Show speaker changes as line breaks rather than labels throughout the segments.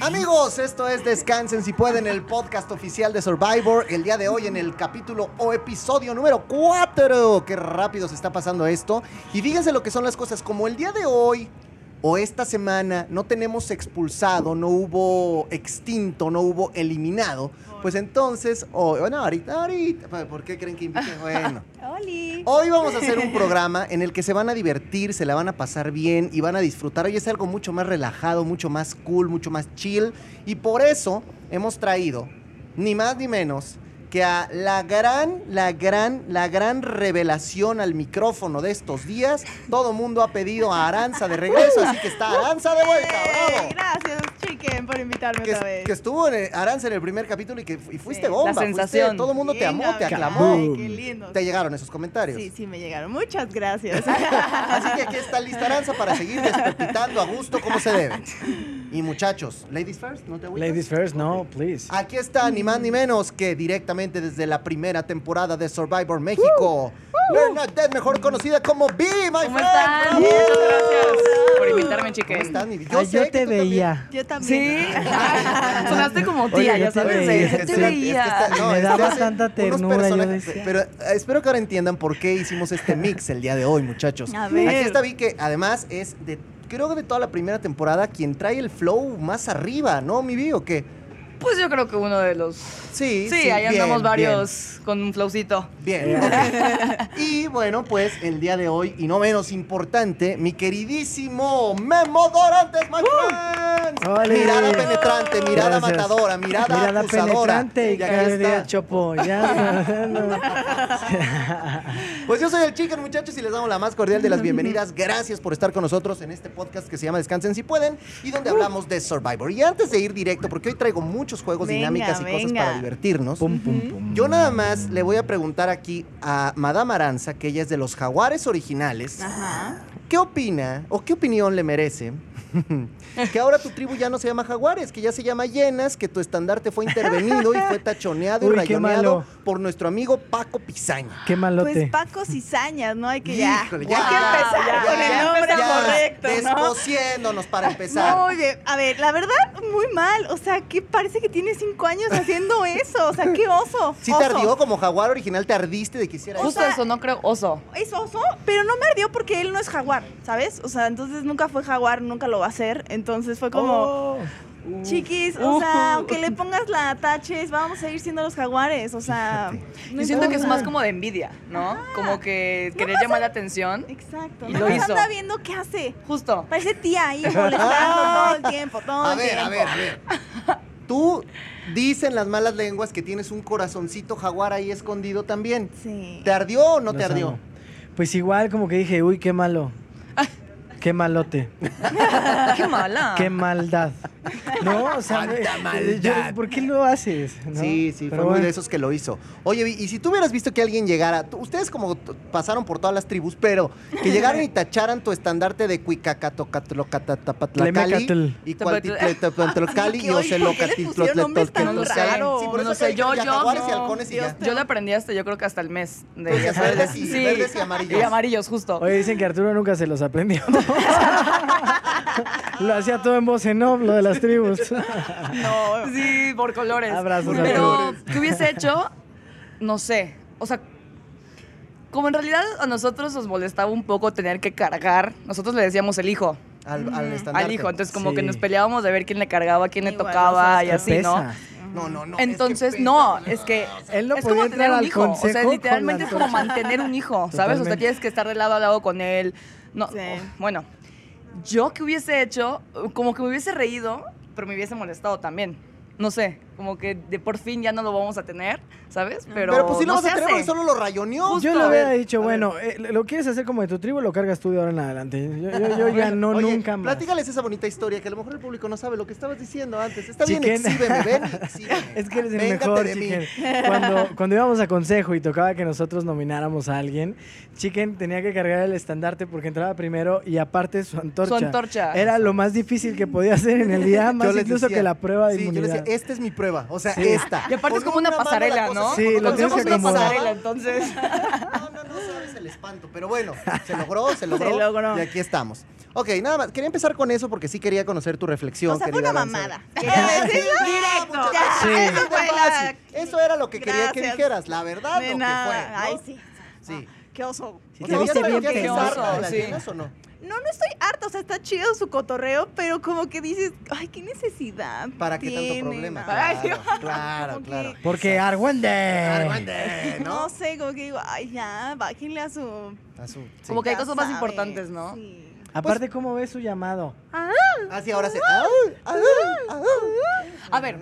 Amigos, esto es Descansen si pueden, el podcast oficial de Survivor. El día de hoy en el capítulo o episodio número 4. Qué rápido se está pasando esto. Y fíjense lo que son las cosas. Como el día de hoy o esta semana no tenemos expulsado, no hubo extinto, no hubo eliminado, pues entonces, hoy- bueno, ahorita, ahorita, ¿por qué creen que invité? Bueno.
¡Oli!
Hoy vamos a hacer un programa en el que se van a divertir, se la van a pasar bien y van a disfrutar. Hoy es algo mucho más relajado, mucho más cool, mucho más chill. Y por eso hemos traído, ni más ni menos, que a la gran, la gran, la gran revelación al micrófono de estos días. Todo mundo ha pedido a Aranza de regreso, así que está Aranza de vuelta, bravo.
Eh, Gracias, Chicken, por invitarme
Que,
otra vez.
que estuvo en el- Aranza en el primer capítulo y que fu- y fuiste
Sí, la
bomba. fuiste-
sensación.
todo el mundo te
Bien,
amó, te
Gabriel.
aclamó.
Ay, qué lindo.
Te llegaron esos comentarios.
Sí, sí, me llegaron. Muchas gracias.
Así que aquí está lista Aranza para seguir despepitando a gusto como se debe. Y muchachos, ladies first, ¿no te agüitas?
Ladies first, no, please.
Aquí está ni más ni menos que directamente desde la primera temporada de Survivor
Uh,
México. Bernadette, mejor conocida como B, my friend.
¿Cómo están?
¡Bravo!
Muchas gracias por invitarme,
¿Cómo
chiquen.
estás, mi vida?
Ay, Ah, yo te veía.
Yo
¿Sí?
también.
Sonaste como tía,
Oye, yo
ya
te
sabes.
veía.
eh, Yo te
Sí,
veía.
Me
es que
daba
hace
tanta
unos
ternura, yo
personajes-
decía.
Pero eh, espero que ahora entiendan por qué hicimos este mix el día de hoy, muchachos.
A ver.
Aquí está Vi que además es de, creo que de toda la primera temporada, quien trae el flow más arriba, ¿no, mi Vi? ¿O qué?
Pues yo creo que uno de los.
Sí,
Sí, ahí andamos
bien,
varios con un flowcito.
Bien. bien, ok. y bueno, pues el día de hoy, y no menos importante, mi queridísimo Memo Dorantes, my friends.
¡Ole!
Mirada penetrante, mirada
Gracias.
matadora, mirada,
Mirada
acusadora.
penetrante,
Y aquí está.
ya chopo, ya. no.
Pues yo soy el Chicken, muchachos, y les damos la más cordial de las bienvenidas. Gracias por estar con nosotros en este podcast que se llama Descansen si pueden y donde hablamos de Survivor. Y antes de ir directo, porque hoy traigo muchos juegos,
Venga,
dinámicas y cosas
venga.
para divertirnos.
Pum, pum, pum.
Yo nada más le voy a preguntar aquí a Madame Aranza, que ella es de los jaguares originales.
Ah.
Ajá.
¿Qué opina o qué opinión le merece que ahora tu tribu ya no se llama jaguares, que ya se llama llenas, que tu estandarte fue intervenido y fue tachoneado y
Uy, qué
rayoneado
malo.
por nuestro amigo Paco Pizaña?
Qué malote.
Pues Paco Cizañas, ¿no? Hay que ya.
Híjole,
Hay que
ya,
empezar
ya,
con
ya,
el nombre
ya,
correcto, ¿no?
Descosiéndonos para empezar.
No, oye, a ver, la verdad, muy mal. O sea, que parece que tiene cinco años haciendo eso. O sea, qué oso.
sí
oso.
tardió como jaguar original, tardiste de que hiciera eso.
Justo eso, no creo. Oso.
Es oso, pero no me ardió porque él no es jaguar, ¿sabes? O sea, entonces nunca fue jaguar, nunca lo va a ser. Entonces fue como,
Oh.
chiquis, o sea, aunque le pongas la taches, vamos a ir siendo los jaguares, o sea. no
Yo siento que es
importa.
más como de envidia, ¿no? Como
Ah,
que querer llamar la atención.
Exacto.
Y
Nada
lo
más
hizo.
anda viendo qué hace.
Justo.
Parece tía ahí molestando todo el tiempo, todo
A
el
ver,
tiempo.
a ver, a ver. Tú dicen las malas lenguas que tienes un corazoncito jaguar ahí escondido también.
Sí.
¿Te ardió o no
Los
te ardió?
amo. Pues igual como que dije, uy, qué malo. Qué malote.
Qué mala.
Qué maldad. No, o sea,
Ah. Cuánta
me-
maldad.
yo- ¿por qué lo haces? ¿No?
Sí, sí,
Pero
fue muy
bueno.
de esos que lo hizo. Oye, Vi, y si tú hubieras visto que alguien llegara, tú- ustedes como t- pasaron por todas las tribus, pero que llegaran y tacharan tu estandarte de Cuicacatocatlocatatapatlacal
Tlemecatl.
y Cualtitletopantlocali
Ay,
y
que hoy, ¿por qué le pusieron nombres tan
Ocelocatl-
raros?
Sí, por
No
eso
sé,
se
yo-
dijeron
yo-
jaguares y
no,
halcones y ya.
Yo la aprendí hasta, yo creo que hasta el mes. De,
Pues,
ya sabes,
verdes y-
sí.
verdes y amarillos.
Y amarillos, justo.
Oye, dicen que Arturo nunca se los aprendió. lo hacía todo en voz en off, lo de las tribus.
No.
Sí, por colores.
Abrazos,
Pero,
abrazos.
¿qué hubiese hecho? No sé. O sea, como en realidad a nosotros nos molestaba un poco tener que cargar, nosotros le decíamos el hijo.
Al, al estandarte.
Mm. Al hijo. Entonces, como
Sí.
que nos peleábamos de ver quién le cargaba, quién le
Igual,
tocaba
o sea,
y
está
así, ¿no?
No, no, no. es que
Entonces,
pesa.
no, es que
Él no
es
podía
como
entrar
tener un
al
hijo. O sea,
consejo con
literalmente
la
es como
antorcha.
mantener un hijo, ¿sabes? O sea,
Totalmente.
tienes que estar de lado a lado con él. No,
Sí.
oh, bueno, yo que hubiese hecho, como que me hubiese reído, pero me hubiese molestado también. No sé, como que de por fin ya no lo vamos a tener, ¿sabes? Pero,
Pero, pues sí lo
no
vas
se
a tener
hace.
porque solo lo rayoneó.
Justo.
Yo le
A
hubiera
ver,
dicho, bueno, eh, ¿lo quieres hacer como de tu tribu o lo cargas tú de ahora en adelante? Yo, yo- yo ya no,
Oye,
nunca más.
Platícales esa bonita historia que a lo mejor el público no sabe lo que estabas diciendo antes. Está bien,
Chiquen.
exhíbeme, ven, y exhíbeme.
Es que eres el
Véngate
mejor,
de mí.
Chiquen. Cuando, cuando íbamos a consejo y tocaba que nosotros nomináramos a alguien, Chiquen tenía que cargar el estandarte porque entraba primero y aparte su antorcha.
Su antorcha.
Era lo más difícil que podía hacer en el día, más
les
incluso
decía-
que la prueba de
sí, yo les
inmunidad.
decía, esta es mi prueba. O sea,
Sí.
esta.
Y aparte es
Con
como una
mano la
pasarela,
cosa
¿no?
así,
Sí,
con
lo
otra
tienes
Somos
cosa
que
una
pasada.
acomodar.
pasarela, entonces.
No, no, no sabes el espanto. Pero bueno, se logró, se logró.
Se logró.
Y aquí estamos. Ok, nada más. Quería empezar con eso porque sí quería conocer tu reflexión.
O sea, fue
querida
una
Danza.
mamada.
Ya,
¿Quieres decirlo?
ya,
Directo.
muchachos,
Ya,
sí.
eso fue la-
Eso era lo que quería que
Gracias.
dijeras, la verdad, lo
De
que
nada.
fue. ¿no?
Ay, sí. Ah,
Sí.
Qué oso.
O sea,
te
¿ya
viste
sabes
bien
qué haces,
pendejoso,
harta de las
sí.
llenas o no?
No, no estoy harta, o sea, está chido su cotorreo, pero como que dices, ay, qué necesidad.
¿Para qué tanto
tienen?
problema?
Ay,
Claro, claro,
como que-
claro.
Porque Argüende.
Argüende,
No
¿no?
sé, como que digo, ay, ya, bájenle a su.
A su- sí.
Como que hay
ya
cosas más
sabes,
importantes, ¿no?
sí.
Aparte, ¿cómo ves su llamado?
Ah, sí, ahora ¡Ah! sí. Au,
¡Ah!
au, au.
A ver,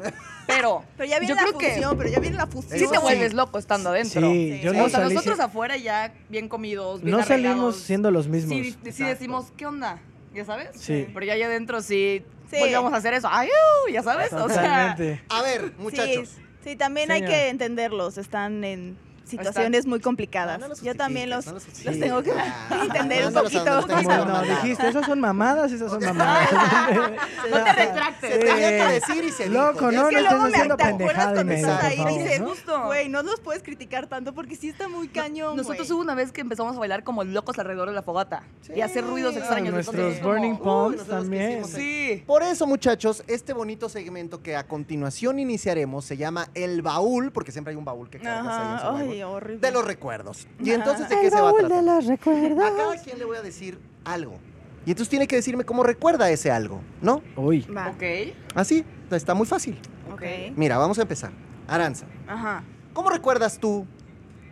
pero
Pero ya viene
yo
la
creo que
fusión, pero ya viene la fusión.
sí
Eso
te
sí.
vuelves loco estando adentro.
Sí,
Sí,
yo
sí.
no
o sea,
salí.
nosotros afuera ya bien comidos, bien
No salimos
arreglados.
siendo los mismos.
Sí, di- sí decimos, ¿qué onda? ¿Ya sabes?
Sí.
Pero ya allá adentro sí,
Sí.
volvemos a hacer eso. ¡Ay, uh, ya sabes! O sea,
Totalmente.
A ver, muchachos.
Sí, sí, también hay
Señora.
que entenderlos. Están en situaciones muy complicadas.
No, no los
Yo también los,
justifiques, no los
los
justifiques.
tengo que
Ah,
entender un
no los- no
poquito.
los
un poquito.
tengo
Como
que
no,
mamadas.
dijiste, esas son mamadas, esas son mamadas.
no te retractes.
Se tenía que
Sí.
decir y se dijo.
Loco,
Ya
es
no, no
que luego
estés
me
haciendo
¿te acuerdas
pendejada y
cuando
media,
estás ahí?
por favor,
Dices,
¿no?
Justo.
Güey, no los puedes criticar tanto porque sí está muy cañón.
Nosotros
güey.
hubo una vez que empezamos a bailar como locos alrededor de la fogata y hacer ruidos
Sí.
extraños.
Ah, Nuestros
entonces, como-
Burning
nosotros
Palms
que
también.
hicimos
Sí.
Por eso, muchachos, este bonito segmento que a continuación iniciaremos se llama El Baúl, porque siempre hay un baúl que cargas ahí en
Ajá,
Survivor,
ay, horrible.
De los recuerdos. Y entonces, ¿de
El
qué se va a
baúl de
tratar?
los recuerdos.
A cada quien le voy a decir algo. Y entonces tiene que decirme cómo recuerda ese algo, ¿no?
Uy,
Va,
Ok,
Así, está muy fácil.
ok.
Mira, vamos a empezar. Aranza,
Ajá.
¿cómo recuerdas tú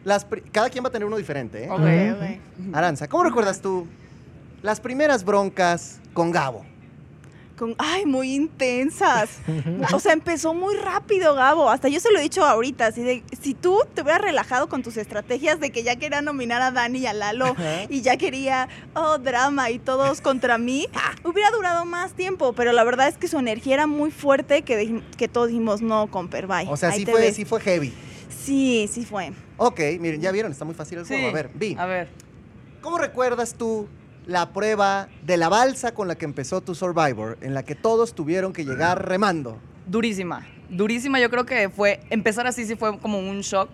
las... pri- Cada quien va a tener uno diferente, ¿eh?
Ok,
Ok,
Ajá.
ok.
Aranza, ¿cómo recuerdas tú las primeras broncas con Gabo?
con, ay, muy intensas. O sea, empezó muy rápido, Gabo. Hasta yo se lo he dicho ahorita, así de, si tú te hubieras relajado con tus estrategias de que ya quería nominar a Dani y a Lalo y ya quería, oh, drama y todos contra mí,
Ah.
hubiera durado más tiempo. Pero la verdad es que su energía era muy fuerte que, dijim- que todos dijimos, no, comper, bye.
O sea,
Ahí
sí
te
fue,
ves".
sí fue heavy.
Sí, sí fue.
Ok, miren, ya vieron, está muy fácil el
sí.
juego. A ver, vi.
A ver.
¿Cómo recuerdas tú la prueba de la balsa con la que empezó tu Survivor, en la que todos tuvieron que llegar remando?
Durísima. Durísima, yo creo que fue. Empezar así sí fue como un shock.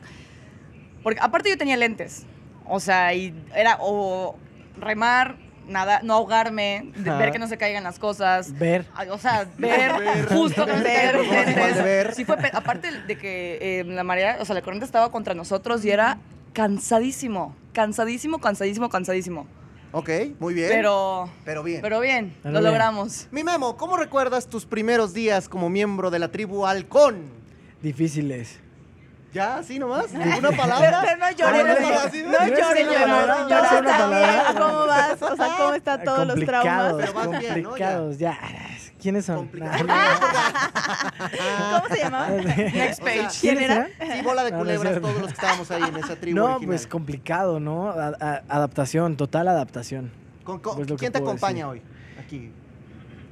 Porque aparte yo tenía lentes. O sea, y era o remar, nada, no ahogarme, de-
Ajá.
ver que no se caigan las cosas.
ver.
Ay, O sea, ver, justo que no se
Ver.
caigan los
Igual de
lentes.
ver.
Sí fue, pe- aparte de que eh, la marea, o sea, la corriente estaba contra nosotros y era cansadísimo, cansadísimo, cansadísimo, cansadísimo.
Ok, muy bien.
Pero,
Pero bien.
pero bien,
Pero
lo
bien.
logramos.
Mi Memo, ¿cómo recuerdas tus primeros días como miembro de la tribu Halcón?
Difíciles.
¿Ya? ¿Así nomás? ¿Una palabra?
Pero no
Ah,
llores,
¿una
no,
palabra así?
llores, no llores,
No es una palabra,
llores,
no es
llores
una palabra.
también. ¿Cómo vas? O sea, ¿cómo están todos los traumas?
Complicados,
Pero vas bien, ¿no?
complicados, ya. ¿Quiénes son?
Complicado.
Ah.
¿Cómo se llamaba?
Next
O sea,
page.
¿Quién
¿Quién
era?
Sí, bola de
No, no es
culebras
cierto.
todos los que estábamos ahí en esa tribu
No,
original.
pues complicado, ¿no? A- a- adaptación, total adaptación.
Con- con-
pues lo que
¿Quién te
puedo
acompaña hoy? Aquí.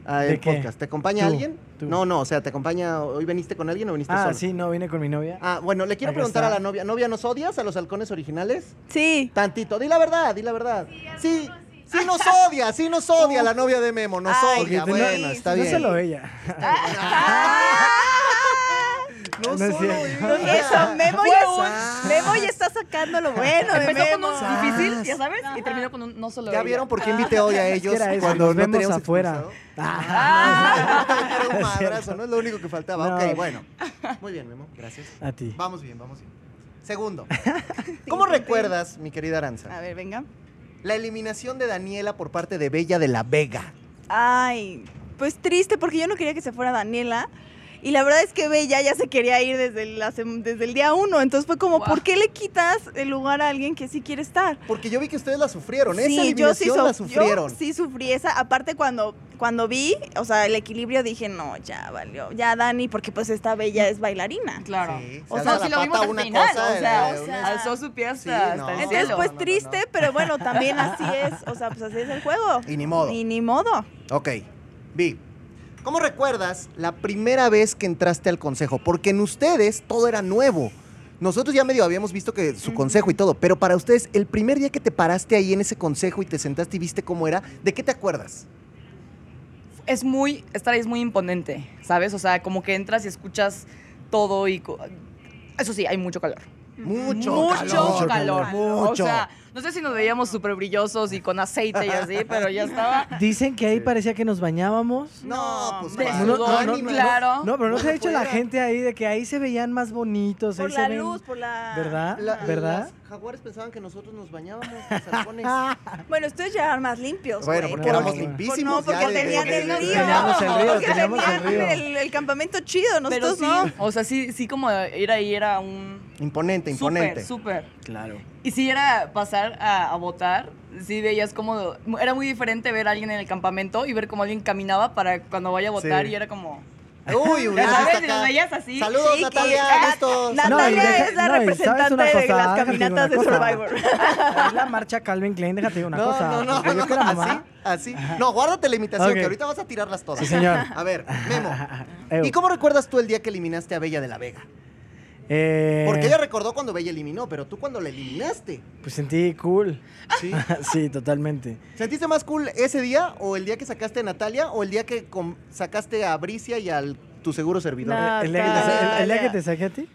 A
¿De
el
qué?
podcast. ¿Te acompaña
Tú,
alguien?
tú.
No, no, o sea, ¿te acompaña? ¿Hoy veniste con alguien o viniste
Ah,
solo?
sí, no, vine con mi novia.
Ah, bueno, le quiero
Acá
preguntar a
está.
la novia. ¿Novia nos odias a los halcones originales?
Sí.
Tantito. Di la verdad, di la verdad. Sí. Sí nos odia, sí nos odia la novia de Memo, nos
Ay,
odia.
Porque
Bueno,
no,
está
no
bien.
solo ella.
No,
No es
solo Pues, ah.
cierto.
ella.
Eso, Memo ya,
Huevos.
Memo ya está sacando lo bueno de
Empezó con
Memo.
un difícil, ya sabes, y terminó con un no solo
¿Ya
ella.
vieron por qué invité hoy a
Es que
ellos
era eso,
cuando
nos
no
vemos
teníamos
afuera.
expulsado?
Ah,
Era un madrazo, no es lo único que faltaba.
No.
Ok, bueno. Muy bien, Memo, gracias.
a ti.
Vamos bien, vamos bien. Segundo, ¿cómo recuerdas, mi querida
A
Aranza,
ver, venga.
la eliminación de Daniela por parte de Bella de la Vega?
Ay, pues triste porque yo no quería que se fuera Daniela. Y la verdad es que Bella ya se quería ir desde, la sem- desde el día uno. Entonces fue como,
Guau.
¿por qué le quitas el lugar a alguien que sí quiere estar?
Porque yo vi que ustedes la sufrieron, esa
Sí, yo sí,
eliminación
so-
la sufrieron.
yo sí sufrí esa. Aparte cuando, cuando vi, o sea, el equilibrio dije, no, ya valió. Ya Dani, porque pues esta Bella es bailarina.
Claro.
Sí,
o
se
sea,
alza
si
la
lo vimos
pata
al
una
final,
cosa,
o sea,
eh,
una-
alzó su pie hasta,
Sí,
hasta
no.
el
Entonces,
cielo.
pues
No, no, no,
triste,
no.
pero bueno, también así es. O sea, pues así es el juego.
Y ni modo.
Y ni modo.
Ok, vi. ¿Cómo recuerdas la primera vez que entraste al consejo? Porque en ustedes todo era nuevo. Nosotros ya medio habíamos visto que su consejo y todo, pero para ustedes, el primer día que te paraste ahí en ese consejo y te sentaste y viste cómo era, ¿de qué te acuerdas?
es muy, estar ahí es muy imponente, ¿sabes? O sea, como que entras y escuchas todo y... co- Eso sí, hay mucho calor.
Mucho,
mucho calor.
calor. Mucho.
O sea, no sé si nos veíamos súper brillosos y con aceite y así, pero ya estaba...
Dicen que ahí parecía que nos bañábamos.
No, pues
de
claro.
No,
sudor,
no, no,
claro.
No, pero no
No
se ha dicho la
puede.
gente ahí de que ahí se veían más bonitos.
Por
pues, ahí se
la
ven-
luz, por la...
¿Verdad?
La-
¿Verdad?
Las jaguares pensaban que nosotros nos bañábamos los halcones.
Bueno, ustedes ya eran más limpios.
Bueno,
güey,
porque
por-
éramos
por-
limpísimos.
Pues, No, porque
ya de-
tenían
de-
el
de-
río.
Teníamos el río,
Porque
teníamos el
tenían
río.
el, el campamento chido,
Pero
nosotros
sí,
no.
o sea, sí, sí como era ahí era un...
Imponente, imponente.
Súper, súper.
Claro.
Y si era pasar a, a votar, sí veías como... Era muy diferente ver a alguien en el campamento y ver cómo alguien caminaba para cuando vaya a votar
Sí.
y era como...
Uy, Ulises
¿Sabes?
está
Y los
acá.
veías así,
Saludos,
chiqui.
Natalia, gusto.
Natalia
No, y deja-
es la
no, y ¿sabes una
representante de
cosa?
las
Déjate
caminatas de
digo una cosa.
Survivor.
Es la marcha Calvin Klein, déjate digo una
No,
cosa.
no, no,
porque yo que era mamá.
así, así. No, guárdate la imitación,
Ok.
que ahorita vas a tirarlas todas.
Sí, señor.
A ver, Memo.
Ew.
¿Y cómo recuerdas tú el día que eliminaste a Bella de la Vega?
Eh,
Porque ella recordó cuando Bella eliminó, pero tú cuando la eliminaste.
Pues sentí cool.
¿sí?
sí, totalmente.
¿Sentiste más cool ese día o el día que sacaste a Natalia o el día que com- sacaste a Bricia y al tu seguro servidor?
No.
Eh, ¿El día, que te, sa- el- el día que te saqué a ti?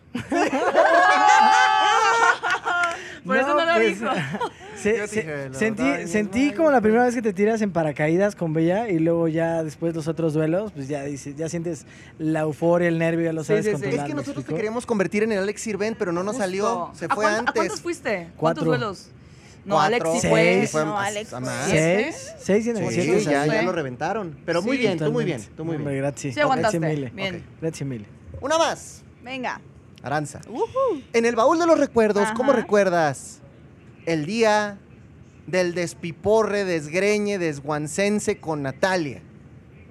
Por eso no lo dijo.
pues, se-
Yo
se-
dije, lo
sentí
daño,
sentí
daño.
como la primera vez que te tiras en paracaídas con Bella y luego ya después los otros duelos, pues ya dices, ya sientes la euforia, el nervio, ya lo
Sí,
sabes
sí, sí.
Es
controlar.
que
¿me
nosotros te
explico?
queríamos convertir en el Alex Sirven, pero no nos
Justo.
salió. Se
¿A
fue
cuán- ¿A cuántos
antes.
fuiste?
Cuatro.
¿Cuántos duelos? No,
Cuatro.
pues, Alex sí
Seis.
fue.
Fue
No,
más-
Alex
a
fue-
más.
Sí,
¿Seis? ¿Seis en el
Sí,
cielo?
sí,
ya,
sí.
ya lo reventaron. Pero muy
Sí,
bien, tú muy bien, tú muy
Hombre,
bien.
gracias.
Sí, aguantaste.
Gracias mille.
Bien.
Ok.
Gracias mille.
Una más.
Venga.
Aranza. En el baúl de los recuerdos, ¿cómo
Ajá.
recuerdas el día del despiporre, desgreñe, desguancense con Natalia?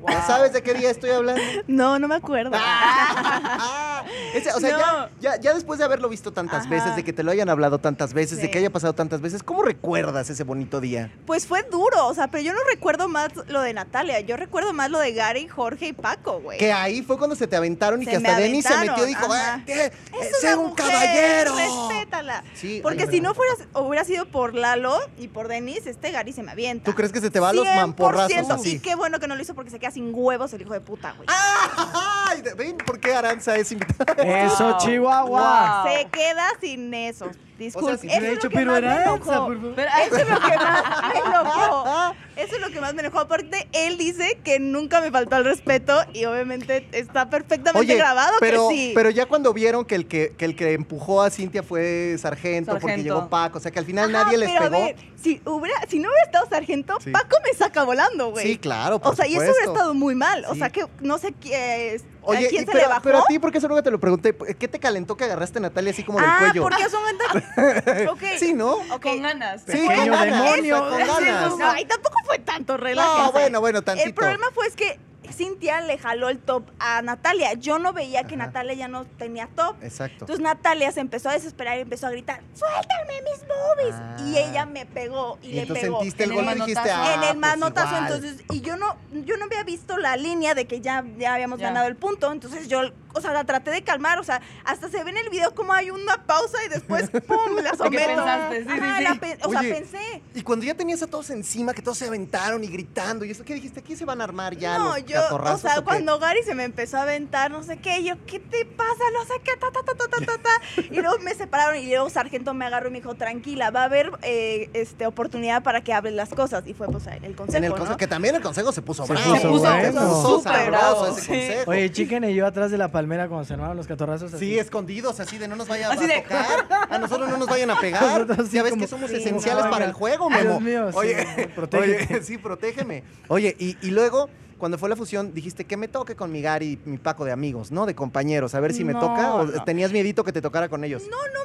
¿Ya ¿Sabes de qué día estoy hablando?
No, no me acuerdo.
Ah, ese- o sea, ya, ya- ya después de haberlo visto tantas
Ajá.
veces, de que te lo hayan hablado tantas veces, de
Sí.
que haya pasado tantas veces, ¿cómo recuerdas ese bonito día?
Pues fue duro, o sea, pero yo no recuerdo más lo de Natalia, yo recuerdo más lo de Gary, Jorge y Paco, güey.
Que ahí fue cuando se te aventaron y
Se
que hasta
me
Denis se metió y dijo,
aventaron,
"Ah, eh, eh,
Es
sé
una
un
mujer,
caballero!
Respétala.
Sí,
Porque
ay,
si
pero-
no fueras, hubiera sido por Lalo y por Denis, este Gary se me avienta.
¿Tú crees que se te va a los
100%,
mamporrazos así?
Y qué bueno que no lo hizo porque se queda sin huevos el hijo de puta, güey.
¡Ay! ¿Ven por qué Aranza es invitada?
Eso,
Wow.
Chihuahua.
Wow.
Se queda sin eso. Disculpe.
si
eso
hubiera
es
dicho,
lo que
"Pero
más me
Aranza,
enojó.
por favor".
Pero ay,
Eso es lo que más me enojó. Eso es lo que más me enojó. Aparte, él dice que nunca me faltó el respeto y obviamente está perfectamente grabado
pero,
que sí.
pero ya cuando vieron que el que, que el que empujó a Cintia fue sargento, porque
Sargento.
llegó Paco, o sea que al final
Ajá,
nadie les
pero a
pegó.
ver, si, hubiera, si no hubiera estado sargento,
Sí.
Paco me saca volando, güey.
sí, claro. por
O sea, y eso hubiera
supuesto.
estado muy mal. O
Sí.
sea, que no sé qué, eh,
Oye,
a quién
y
se
pero,
le bajó.
pero a ti, porque eso nunca te lo pregunté, ¿qué te calentó que agarraste a Natalia así como del
ah,
cuello?
porque eso aumenta. ok.
Sí, ¿no?
ok.
con ganas.
Sí,
Fue
Pequeño
con ganas,
demonio.
o sea, con ganas.
No, y tampoco fue tanto relajo.
No, Ah, bueno, bueno, tantito.
El problema fue es que Cintia le jaló el top a Natalia. Yo no veía que
Ajá.
Natalia ya no tenía top.
Exacto.
Entonces Natalia se empezó a desesperar y empezó a gritar, suéltame mis boobies.
Ah.
Y ella me pegó y,
Y
le
entonces
pegó.
sentiste el
En el
golpe y dijiste,
manotazo.
ah,
en el
pues
manotazo,
igual.
entonces, y yo no, yo no había visto la línea de que ya, ya habíamos
Ya.
ganado el punto, entonces yo, o sea, la traté de calmar, o sea, hasta se ve en el video como hay una pausa y después, ¡pum!, la someto.
pensaste, sí, sí,
Ajá,
sí.
la pe- o sea,
Oye,
pensé.
Y cuando ya tenías a todos encima, que todos se aventaron y gritando y eso, ¿qué dijiste? ¿Aquí se van a armar ya
no,
los
yo, o
catorrazos
sea,
qué?
cuando Gary se me empezó a aventar, no sé qué, yo, ¿qué te pasa? No sé qué, ta, ta, ta, ta, ta, ta, ta. Y luego me separaron y luego Sargento me agarró y me dijo, tranquila, va a haber eh, este, oportunidad para que hables las cosas. Y fue, pues, el consejo,
en el consejo,
¿no?
que también el consejo se puso
Se
bravo.
puso
se
bueno.
puso
Súper
sabroso
bravo,
ese
sí.
consejo.
Oye, Chicken y yo atrás de la palmera cuando se armaban los catorrazos. así.
Sí, escondidos, así de no nos vayan
Así
a
de-
tocar, a nosotros no nos vayan a pegar.
Nosotros sí
ya ves
como-
que somos
sí,
esenciales
no,
para
ya.
el juego,
Dios
Memo.
mío, sí,
oye,
protégete.
oye, sí, protégeme. Oye, y, y luego, cuando fue la fusión, dijiste que me toque con mi Gary y mi Paco de amigos, ¿no? De compañeros, a ver si me
No,
toca. ¿O
no.
tenías miedito que te tocara con ellos?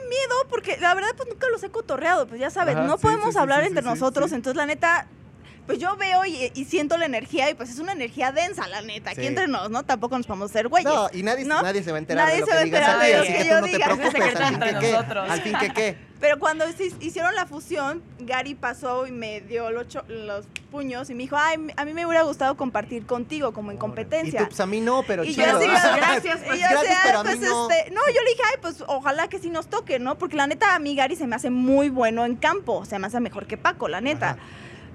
miedo porque la verdad pues nunca los he cotorreado, pues ya sabes,
Ajá,
no
sí, sí,
podemos
sí,
hablar
sí,
entre
sí,
nosotros,
sí.
entonces la neta pues yo veo y, y siento la energía y pues es una energía densa, la neta, aquí
Sí.
entre nos, ¿no? Tampoco nos podemos hacer güeyes.
No, y nadie,
¿no?
nadie se va a enterar de
Nadie
lo
se
que
va
digas
a enterar
aquí,
de lo
así
que
que
yo
tú no te
diga.
preocupes. Al
Secreto
fin que
entre
qué,
nosotros.
al fin que qué.
Pero cuando se hicieron la fusión, Gary pasó y me dio los, cho- los puños y me dijo, ay, a mí me hubiera gustado compartir contigo como en
Y tú,
competencia.
pues a mí no, pero
Y yo
chido.
así,
¿no?
gracias,
pues,
y yo así,
gracias,
"Ay,
pero a mí
pues,
no".
este, no, yo le dije, ay, pues ojalá que sí nos toque, ¿no? Porque la neta, a mí Gary se me hace muy bueno en campo, se me hace mejor que Paco, la neta.
Ajá.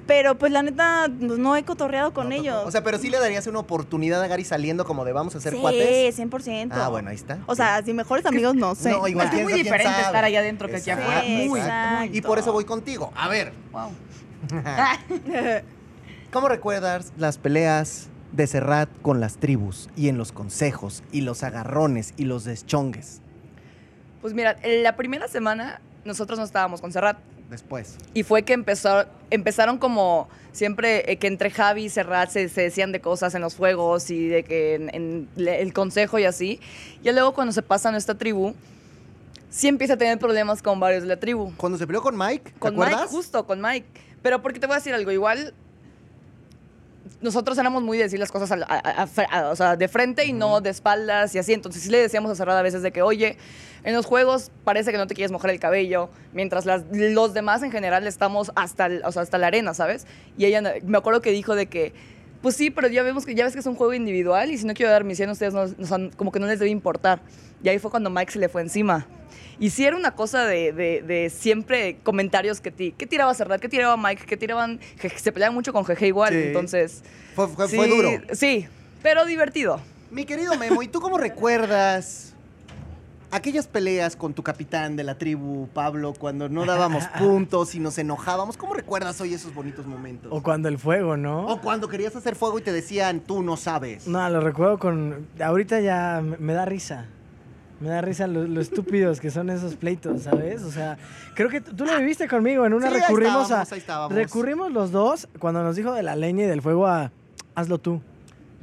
Pero pues la neta, pues, no he cotorreado con
No,
ellos.
O sea, pero sí le darías una oportunidad a Gary saliendo como de vamos a hacer
sí,
cuates.
100%.
Ah, bueno, ahí está.
O sea, si mejores amigos, no sé.
No, igual
Es que es
piensa,
muy
quién
diferente
sabe.
estar allá adentro que aquí
Exacto,
afuera.
Sí,
muy.
exacto.
Y por eso voy contigo. A ver,
Wow.
¿cómo recuerdas las peleas de Serrat con las tribus y en los consejos y los agarrones y los deschongues?
Pues mira, en la primera semana nosotros no estábamos con Serrat.
Después.
Y fue que empezó, empezaron como siempre eh, que entre Javi y Serrat se, se decían de cosas en los juegos y de que en, en le- el consejo y así. Y luego cuando se pasa a nuestra tribu, sí empieza a tener problemas con varios de la tribu.
Cuando se peleó con Mike, ¿te
Con
acuerdas?
Mike, justo, con Mike. Pero porque te voy a decir algo, igual nosotros éramos muy de decir las cosas al- a- a- a- a- o sea, de frente y no de espaldas y así. Entonces sí le decíamos a Serrat a veces de que, oye, en los juegos parece que no te quieres mojar el cabello, mientras las, los demás en general estamos hasta, el- o sea, hasta la arena, ¿sabes? Y ella, me acuerdo que dijo de que, pues sí, pero ya, vemos que, ya ves que es un juego individual y si no quiero dar mi 100, ustedes no, o sea, como que no les debe importar. Y ahí fue cuando Mike se le fue encima. Y sí era una cosa de, de- de siempre comentarios que ti. ¿Qué tiraba Serrat? ¿Qué tiraba Mike? ¿Qué tiraban? Je- Se peleaban mucho con Jeje igual,
Sí.
entonces...
Fue, fue-
sí,
fue duro.
Sí, pero divertido.
Mi querido Memo, ¿y tú cómo recuerdas aquellas peleas con tu capitán de la tribu, Pablo, cuando no dábamos puntos y nos enojábamos? ¿Cómo recuerdas hoy esos bonitos momentos?
O cuando el fuego, ¿no?
Oh.
O cuando querías hacer fuego y te decían, tú no sabes.
No, lo recuerdo con... Ahorita ya me me da risa. Me da risa lo, lo estúpidos que son esos pleitos, ¿sabes? O sea, creo que t- tú lo viviste conmigo. En una
Sí, ahí
recurrimos
estábamos,
a...
ahí estábamos.
Recurrimos los dos cuando nos dijo de la leña y del fuego a... Hazlo tú.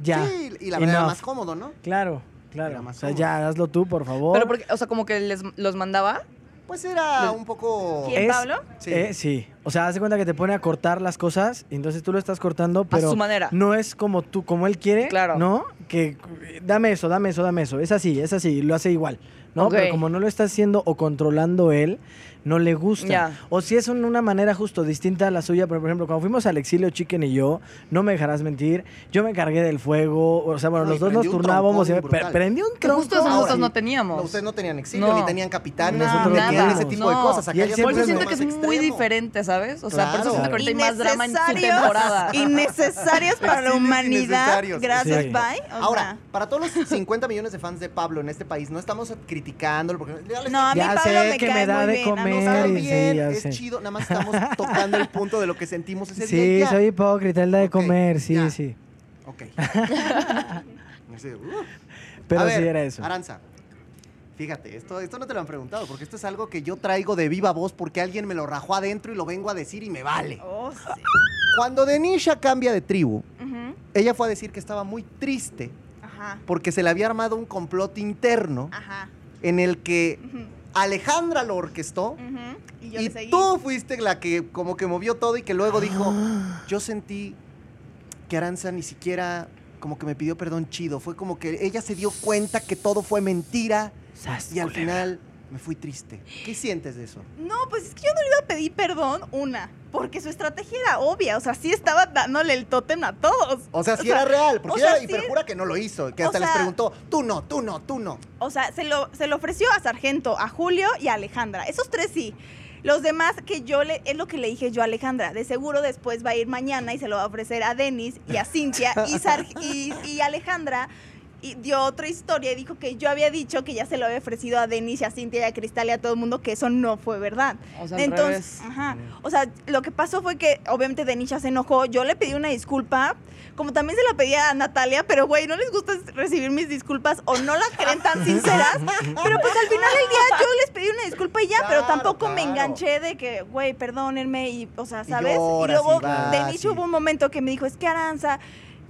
Ya.
Sí, y la verdad era
enough".
más cómodo, ¿no?
Claro,
Era
claro. O
más
sea,
cómodo.
ya, hazlo tú, por favor.
Pero, porque, o sea, como que les, los mandaba.
Pues era un poco...
¿Quién, Pablo?
Sí.
Sí. eh, sí. O sea, hace cuenta que te pone a cortar las cosas y entonces tú lo estás cortando, pero
su manera.
no es como tú, como él quiere,
Claro.
¿no? Que eh, dame eso, dame eso, dame eso. Es así, es así, lo hace igual. ¿no?
Ok.
Pero como no lo está haciendo o controlando él, no le gusta.
Ya.
O si es un- una manera justo distinta a la suya, pero por ejemplo, cuando fuimos al exilio Chicken y yo, no me dejarás mentir, yo me encargué del fuego, o sea, bueno,
No, y
los dos nos
prendió un
turnábamos y
troncón brutal.
prendí un
Que
tronco.
justo eso
ahora.
nosotros no
No,
teníamos.
ustedes no tenían exilio,
No.
ni tenían capitán,
No,
nosotros no tenían
nada.
ese tipo de
No.
cosas. Acá
Y él
ya
Por
siempre
eso
fue
es
siento
más
que es muy
extremo.
diferente, ¿sabes? O sea, por eso
Claro.
siento que ahorita hay más drama en su
Innecesarios,
temporada.
Innecesarios para la
Sí,
humanidad.
innecesarios.
Gracias,
Sí.
bye. O
Ahora,
sea,
para todos los 50 millones de fans de Pablo en este país, no estamos criticándolo porque ya les
no, a mí
Ya
Pablo
sé
me
que
cae
me da
muy
de
bien, a
comer.
nosotros-
está
Sí,
bien,
ya
es
sé.
chido, nada más estamos tocando el punto de lo que sentimos ese día. y
Sí,
ya.
soy hipócrita, él da de
Ok,
comer, sí,
ya.
sí.
Ok. Sí, uh.
Pero
A
sí
ver,
era eso.
Aranza, fíjate, esto, esto no te lo han preguntado, porque esto es algo que yo traigo de viva voz porque alguien me lo rajó adentro y lo vengo a decir y me vale.
Oh, sí.
Cuando Denisha cambia de tribu,
Ujú.
ella fue a decir que estaba muy triste
Ajá,
porque se le había armado un complot interno
ajá.
en el que
ujú,
Alejandra lo orquestó
ujú. Y Mm, yo
y
le seguí.
tú fuiste la que como que movió todo y que luego dijo, yo sentí que Aranza ni siquiera como que me pidió perdón chido, fue como que ella se dio cuenta que todo fue mentira
Sas,
y al
culebra.
final me fui triste. ¿Qué sientes de eso?
No, pues es que yo no le iba a pedir perdón, una, porque su estrategia era obvia, o sea, sí estaba dándole el tótem a todos.
O sea, si
O sea,
era real, porque
o sea,
ella
sí-
hiperjura que no lo hizo, que
o
hasta les
sea-
preguntó, tú no, tú no, tú no.
O sea, se lo, se lo ofreció a Sargento, a Julio y a Alejandra. Esos tres sí. Los demás que yo le, es lo que le dije yo a Alejandra, de seguro después va a ir mañana y se lo va a ofrecer a Denis y a Cintia y, Sar- y, y Alejandra y dio otra historia y dijo que yo había dicho que ya se lo había ofrecido a Denis y a Cintia y a Cristal y a todo el mundo que eso no fue verdad.
O sea, al
Entonces,
revés.
ajá. O sea, lo que pasó fue que obviamente Denisha se enojó. Yo le pedí una disculpa, como también se la pedí a Natalia, pero güey, no les gusta recibir mis disculpas o no las creen tan sinceras. pero pues al final del día yo les pedí una disculpa y ya,
Claro,
pero tampoco me
claro.
enganché de que, güey, perdónenme y, o sea,
Y
¿sabes? Y,
lloras,
luego
y vas,
Denisha
y-
hubo un momento que me dijo, es que Aranza.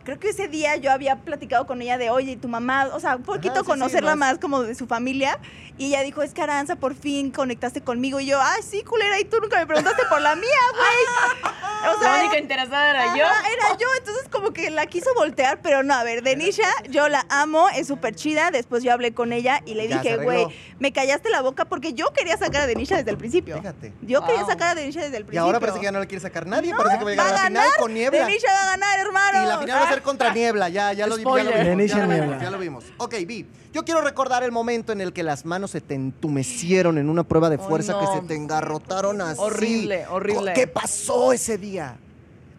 Creo que ese día yo había platicado con ella de, oye, y tu mamá, o sea, un poquito
Ajá, Ah, sí, sí,
conocerla
más-
más como de su familia. Y ella dijo, es que Aranza, por fin conectaste conmigo. Y yo, ay, sí, culera, y tú nunca me preguntaste por la mía,
Ah,
güey. O
La
sea,
única interesada era
ajá,
yo.
era yo. Entonces como que la quiso voltear, pero no, a ver, Denisha, yo la amo, es súper chida. Después yo hablé con ella y le
Ya se
dije,
arregló.
güey, me callaste la boca porque yo quería sacar a Denisha desde el principio.
Fíjate.
Yo quería
Wow.
sacar a Denisha desde el
Y
principio.
ahora parece que ya no le quiere sacar nadie,
No,
parece que va a llegar
va
a la
a
final
ganar
con niebla.
Denisha va a ganar, hermano.
Y la final va a
Ah,
ser contra Niebla, ya, ya, lo, ya lo vimos.
Spoiler.
ya
Denisha
lo vimos,
Niebla.
ya lo vimos. Ok, Vi, yo quiero recordar el momento en el que las manos se te entumecieron en una prueba de
Ay,
fuerza
no.
que se te engarrotaron así.
Horrible, horrible.
¿Qué pasó ese día?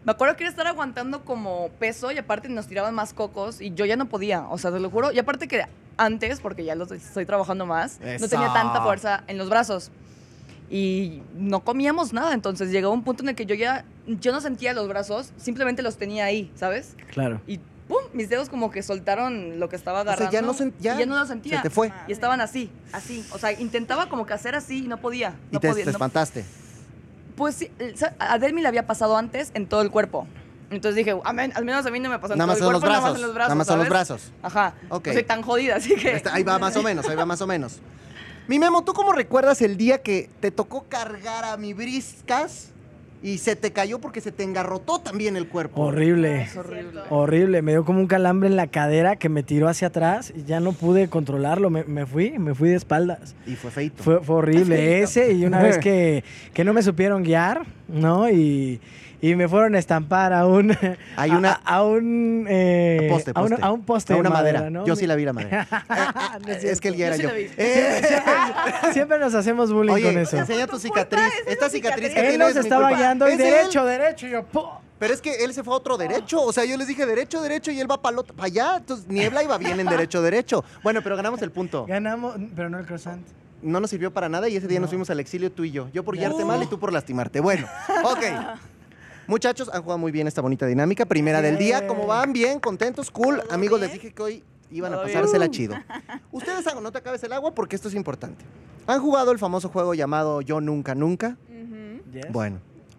Me acuerdo que era estar aguantando como peso y aparte nos tiraban más cocos y yo ya no podía, o sea, te lo juro. Y aparte que antes, porque ya lo estoy trabajando más, no tenía
Eso.
tanta fuerza en los brazos. Y no comíamos nada, entonces llegó un punto en el que yo ya, yo no sentía los brazos, simplemente los tenía ahí, ¿sabes?
Claro.
Y ¡pum! Mis dedos como que soltaron lo que estaba
sea,
agarrando.
ya no sen- ya
y ya no lo sentía.
se te fue.
Ah,
Y estaban así, así. O sea, intentaba como que hacer así y no podía.
Y
No
te,
podía.
te
no-
espantaste.
pues sí, el- sa- a Delmi le había pasado antes en todo el cuerpo. Entonces dije, "Amén, al menos a mí no me pasó en
Nada más
todo
son
el
los
cuerpo,
brazos.
nada más en los brazos.
Nada más son los
¿sabes?
brazos.
Ajá.
Ok.
No soy tan jodida, así que.
Está- Este, ahí va más o menos, ahí va más o menos. Mi Memo, ¿tú cómo recuerdas el día que te tocó cargar a mi briscas y se te cayó porque se te engarrotó también el cuerpo?
Horrible.
Es horrible.
Horrible, me dio como un calambre en la cadera que me tiró hacia atrás y ya no pude controlarlo, me, me fui, me fui de espaldas.
Y fue feito.
Fue, fue horrible ese y una vez que, que no me supieron guiar, ¿no? Y, y me fueron a estampar a un...
Hay una-
A, a un... eh,
poste,
a, un
poste.
a un poste.
A
de
una madera.
¿no?
Yo sí la vi la madera. Ah,
No es
es que el
Yo
día era
sí
yo.
la vi.
Eh,
Siempre nos hacemos bullying con
oye,
eso.
enseña tu
tu
cicatriz.
culpa, esa es
Esta
mi
cicatriz
cicatriz.
que
Él
tienes
nos
es mi
estaba
culpa.
guiando y
Es él.
derecho, derecho, y yo... ¡pum!
Pero es que él se fue a otro derecho. O sea, yo les dije derecho, derecho y él va para allá. Entonces, Niebla iba bien en derecho, derecho. Bueno, pero ganamos el punto.
Ganamos, pero no el croissant.
No nos sirvió para nada y ese día nos
No.
fuimos al exilio tú y yo. Yo por
No.
guiarte mal y tú por lastimarte. Bueno, ok. Muchachos, han jugado muy bien esta bonita dinámica. Primera del día,
Bien.
¿cómo van? Bien, contentos, cool.
¿Todo
Amigos, les
bien?
dije que hoy iban a
Todo bien.
pasársela chido. Ustedes hagan, no te acabes el agua porque esto es importante. ¿Han jugado el famoso juego llamado Yo Nunca Nunca?
Ujú.
Yes.
¿Mm? Bueno,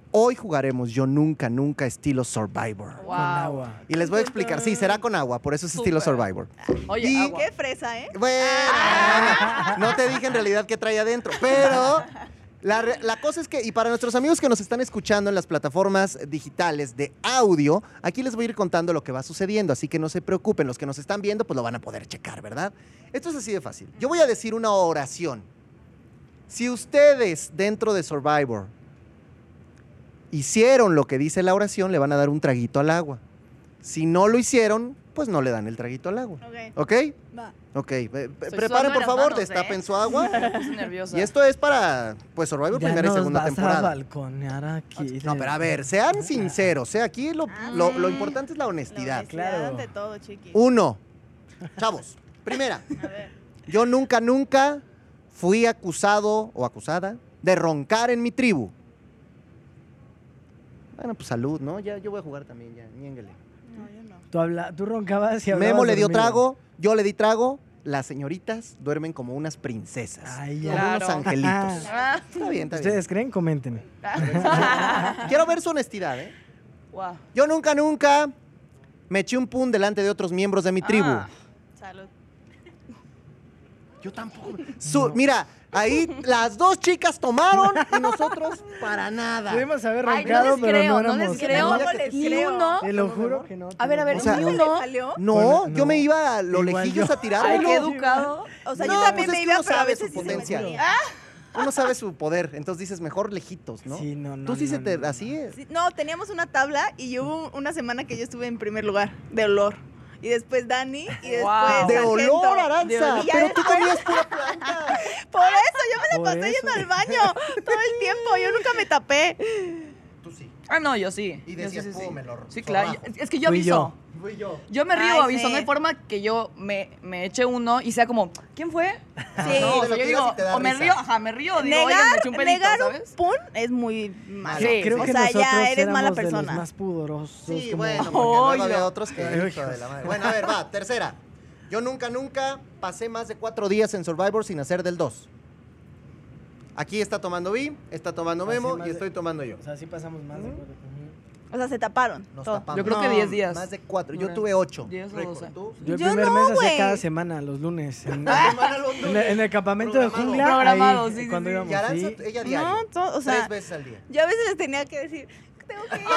hoy jugaremos Yo Nunca Nunca estilo Survivor.
Wow.
Con agua.
Y les voy a explicar. Sí, será con agua, por eso es estilo
Súper.
Survivor.
Oye,
Y-
agua.
Qué fresa, ¿eh?
Bueno, no te dije en realidad qué trae adentro, pero la, re- la cosa es que, y para nuestros amigos que nos están escuchando en las plataformas digitales de audio, aquí les voy a ir contando lo que va sucediendo, así que no se preocupen, los que nos están viendo pues lo van a poder checar, ¿verdad? Esto es así de fácil. Yo voy a decir una oración. Si ustedes dentro de Survivor hicieron lo que dice la oración, le van a dar un traguito al agua. Si no lo hicieron, pues no le dan el traguito al agua.
Ok,
¿Ok?
va.
Ok, pe- pe-
Soy
preparen
sorda
por
las
favor,
manos,
destapen
¿eh?
su agua.
Estoy nerviosa.
y esto es para, pues, Survivor
Ya
primera y
nos
segunda
vas a
temporada.
balconear aquí.
No, pero a ver, sean sinceros, ¿eh? Aquí lo,
Ah.
lo- lo importante es la
La
honestidad.
honestidad
claro.
ante todo, chiqui.
Uno, chavos, primera,
A ver.
yo nunca, nunca fui acusado o acusada de roncar en mi tribu. Bueno, pues salud, ¿no? Ya, yo voy a jugar también, ya, niénguele.
No, yo no.
Tú, habla- tú roncabas y hablabas
Memo le dio
dormido.
trago, yo le di trago. Las señoritas duermen como unas princesas.
Ay,
como
ya.
unos
Claro.
angelitos.
Ah,
Está bien, está bien.
¿Ustedes creen? Comenten.
Quiero ver su honestidad, ¿eh?
wow.
Yo nunca, nunca me eché un pun delante de otros miembros de mi tribu.
Ah.
Salud.
Yo tampoco. Su-
No.
Mira, ahí las dos chicas tomaron y nosotros para nada.
Pudimos haber
Ay,
roncado,
no les
pero
creo,
no
no les
éramos-
creo.
No, ya que-
Ni
creo.
uno.
Te lo juro que no.
A ver, a ver,
O sea,
ni
yo-
uno.
¿Salió?
No,
Bueno,
yo
no.
me iba a lo
Igual
lejillos
yo.
a tirarlo.
Ay, qué
no.
educado.
O sea,
No,
yo también
pues es
me
que
iba,
uno
pero a
sabe
veces
su
sí se me
potencia.
salía.
Uno sabe su poder, entonces dices mejor lejitos, ¿no?
Sí, no, no,
Tú sí
no,
se te.
no, no.
así es.
Sí, No, teníamos una tabla y hubo una semana que yo estuve en primer lugar de olor. Y después Dani y después
Wow.
De
Sargento.
olor, Aranza.
Y ya
Pero tú
después-
comías pura planta.
Por eso yo me la
Por
pasé
eso.
yendo al baño todo el tiempo. Yo nunca me tapé.
Tú sí.
Ah, no, yo sí.
Y
Yo
decía,
sí, sí, sí.
"Pum, me lo
Sí, claro.
sobajo".
Es que yo
Fui
aviso.
Fui yo.
Yo me río,
Ay,
aviso.
sí.
No hay forma que yo me, me eche uno y sea como, ¿quién fue?
Sí.
Ah, No, o sea,
Te lo
yo
tiras
digo,
y te da
o me
risa.
río, ajá, me río. Digo, oye, me
negar
eché un pelito,
negar un
¿sabes?
pun es muy malo.
Sí,
Ah, Creo
o
que
sea,
nosotros
ya eres
éramos
mala
de los
persona.
más pudorosos.
Sí,
como-
bueno, porque luego había otros que. hijo de la madre. Bueno, a ver, va, tercera. Yo nunca, nunca pasé más de cuatro días en Survivor sin hacer del 2. Aquí está tomando Vi, está tomando
Pasé
Memo
más
y
de-
estoy tomando yo.
O sea, sí pasamos más de acuerdo.
O sea, se taparon.
Nos
todo.
tapamos.
Yo creo que 10 días.
Más de cuatro. Yo
Una-
tuve ocho.
10 o
Récord.
12.
¿Tú?
Yo el
Yo
primer
no,
mes hacía
güey.
cada semana, los lunes. En,
La semana los
en el- en el campamento de
Programado.
jungla.
Ah. Programado,
ahí,
sí, sí,
Cuando
sí.
íbamos,
Y Aranza,
sí.
ella diario.
No, todo, o sea,
tres veces al día.
yo a veces les tenía que decir, tengo que ir.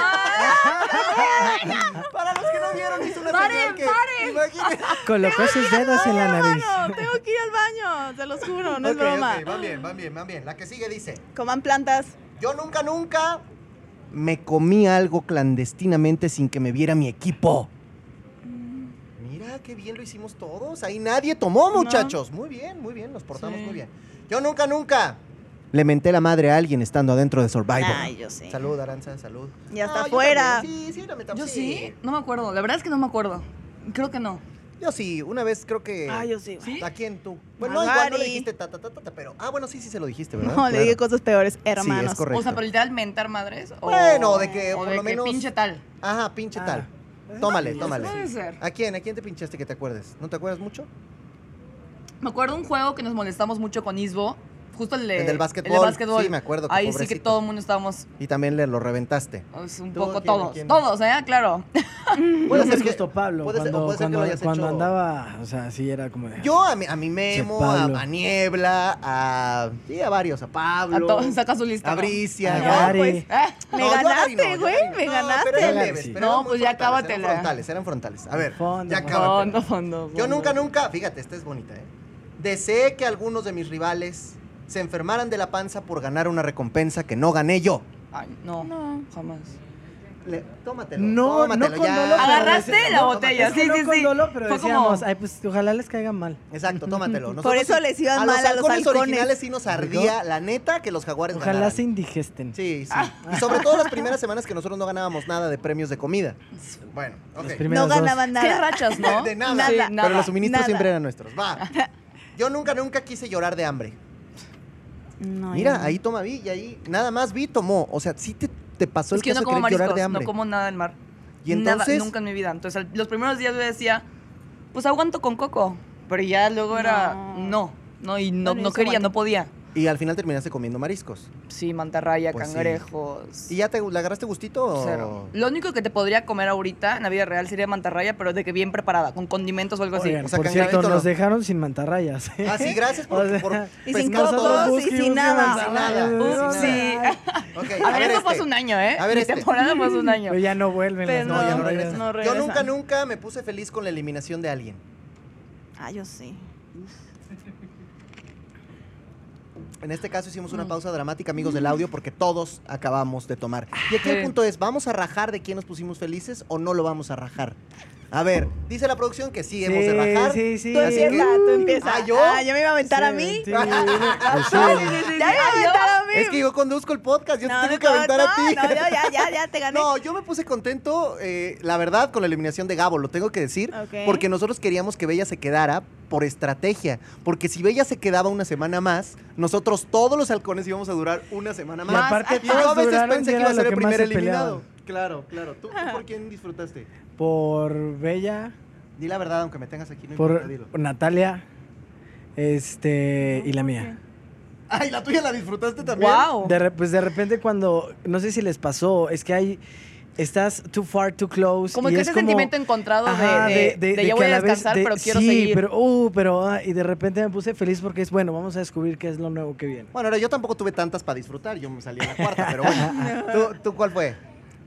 Para los que no vieron, hizo una
Paren,
señal que...
paren.
Imagínense.
Colocó sus dedos en la nariz.
Hermano, tengo que ir al baño, te los juro, no es
Ok,
broma.
ok, van bien, van bien, van bien. La que sigue dice...
Coman plantas.
Yo nunca, nunca me comí algo clandestinamente sin que me viera mi equipo. Mira, qué bien lo hicimos todos. Ahí nadie tomó,
No.
muchachos. Muy bien, muy bien, nos portamos
Sí.
muy bien. Yo nunca, nunca le menté la madre a alguien estando adentro de Survivor.
Ay, yo sé.
Salud, Aranza, salud.
Y hasta
No, yo
afuera.
también. Sí, sí, era meta-
Yo sí, no me acuerdo. La verdad es que no me acuerdo. Creo que no.
Yo sí, una vez creo que.
Ah, yo sí, güey.
¿A quién tú? Bueno, no, igual no le
Magari.
dijiste ta, ta, ta, ta, ta, pero. Ah, bueno, sí, sí se lo dijiste,
No,
¿verdad?
le dije
Claro.
cosas peores,
Sí,
hermanos.
es correcto.
O sea, pero literal mentar madres. O,
Bueno, de que
o
por
de
lo
que
menos-
pinche tal.
Ajá, pinche
Ah.
tal. Tómale, tómale.
Puede ser.
¿A quién? ¿A quién te pinchaste que te acuerdes? ¿No te acuerdas mucho?
Me acuerdo un juego que nos molestamos mucho con Isbo. Justo el, de-
El del
El
básquetbol.
del básquetbol.
Sí, me acuerdo, que
Ahí sí que
pobrecito.
todo el mundo estábamos
Y también le lo reventaste.
pues, un
¿Tú
poco
quién,
todos.
quién?
Todos, ¿eh? Claro.
Puede ser
que-
justo Pablo.
puede ser- o
cuando
puede ser que
cuando-
lo hayas
cuando
hecho-
andaba, o sea, sí era como de...
Yo a mi, a mi Memo,
Che,
a,
Pablo.
a Niebla, a. Sí, a varios, a Pablo.
A todos, saca su lista.
A
¿no?
Bricia.
A
¿no?
Ah,
Gary.
pues,
Ah,
Me
No, yo Gary no,
ganaste,
yo
güey.
Gary no.
me
No,
ganaste.
pero eran
Gary
leves,
sí.
No,
pero eran muy
pues ya
frontales,
cábatela.
Eran frontales, eran frontales. A ver,
Fondo,
ya
fondo.
cábatela.
Fondo, fondo,
Yo
fondo.
nunca, nunca, fíjate, esta es bonita, ¿eh? Deseé que algunos de mis rivales se enfermaran de la panza por ganar una recompensa que no gané yo.
Ay, no,
No.
jamás.
Le- tómatelo.
No,
tómatelo,
no con
ya.
dolor, pero
Agarraste
Tómatelo,
la
no,
botella,
tómatelo.
sí,
no
sí,
con
sí.
dolor, pero
Fue como-
decíamos, ay, pues ojalá les caiga mal.
Exacto, tómatelo.
Por eso
sí-
les iban mal a los halcones.
originales sí nos ardía, la neta, que los jaguares
Ojalá
ganaran.
se indigesten.
Sí, sí. Y sobre todo las primeras semanas que nosotros no ganábamos nada de premios de comida. Bueno, ok.
Los
No
primeros dos.
ganaban
Qué
nada.
rachas, ¿no?
De nada.
Sí,
Nada.
Pero los suministros
nada.
siempre eran nuestros. Va. Yo nunca, nunca quise llorar de hambre.
No, yo
Mira,
no.
ahí toma vi y ahí nada más vi tomó. O sea, sí te, te pasó
Es
el
que yo
caso
no
de
como
querer llorar
mariscos,
de hambre.
no como nada del mar.
Y entonces-
Nada, nunca en mi vida. Entonces, al- los primeros días yo decía, pues aguanto con coco. Pero ya luego era,
No.
no, no, y no,
Bueno, yo
no
sí
quería,
aguanto.
no podía.
Y al final terminaste comiendo mariscos.
Sí, mantarraya,
Pues sí.
cangrejos.
¿Y ya te le agarraste gustito? o-
Cero. Lo único que te podría comer ahorita en la vida real sería mantarraya, pero de que bien preparada, con condimentos o algo así.
Oigan,
pues, O sea,
por
cangrejito
cierto,
no.
nos dejaron sin mantarrayas. ¿eh?
Ah, sí, gracias por,
O sea,
por
y
pescar
sin
todo.
cocos,
todos.
y sin
Busquen,
nada.
busquen, nada.
Ups,
Sin nada.
sí.
Ok,
A ver, eso
este.
fue hace un año, ¿eh?
A ver
Mi
este.
temporada fue hace un año.
Pero ya no vuelven.
Pero
Pues No,
las
ya no
No,
regresas.
no
Yo
regresan.
nunca, nunca me puse feliz con la eliminación de alguien.
Ah, yo sí.
En este caso hicimos una pausa dramática, amigos del audio, porque todos acabamos de tomar. Y aquí el
Sí.
punto es, ¿vamos a rajar de quién nos pusimos felices o no lo vamos a rajar? A ver, dice la producción que sí, hemos de rajar.
Sí, sí, sí.
Tú empieza, tú empieza.
¿Ah, yo?
ya me iba a aventar a mí.
Sí,
Ya
sí.
me iba a aventar a mí.
Es que yo conduzco el podcast, yo
No,
te
no,
tengo que aventar a
no,
ti.
No, ya, ya, ya, ya te gané.
No, yo me puse contento, eh, la verdad, con la eliminación de Gabo, lo tengo que decir,
Ok.
porque nosotros queríamos que Bella se quedara por estrategia, porque si Bella se quedaba una semana más, nosotros todos los halcones íbamos a durar una semana
Y
más.
aparte
Y yo a
todos
veces
duraron
pensé
que
que
era
iba a
lo
ser el
que más
primer
se
eliminado.
peleaban.
Claro, claro. ¿Tú, tú por quién disfrutaste?
Por Bella,
Di la verdad, aunque me tengas aquí, no importa, dilo.
por Natalia, este, y la mía.
Ay, la tuya la disfrutaste también.
¡Wow!
De re- pues de repente cuando, no sé si les pasó, es que hay, estás too far, too close.
Como
y
que
es
ese sentimiento encontrado de-
Ajá,
de, de
de
ya
que
voy a
la vez
descansar,
de-
pero quiero
sí,
seguir.
pero, uh, pero, ah, y de repente me puse feliz porque es, bueno, vamos a descubrir qué es lo nuevo que viene.
Bueno, ahora yo tampoco tuve tantas para disfrutar, yo me salí a la cuarta, pero bueno. ¿Tú, tú cuál fue?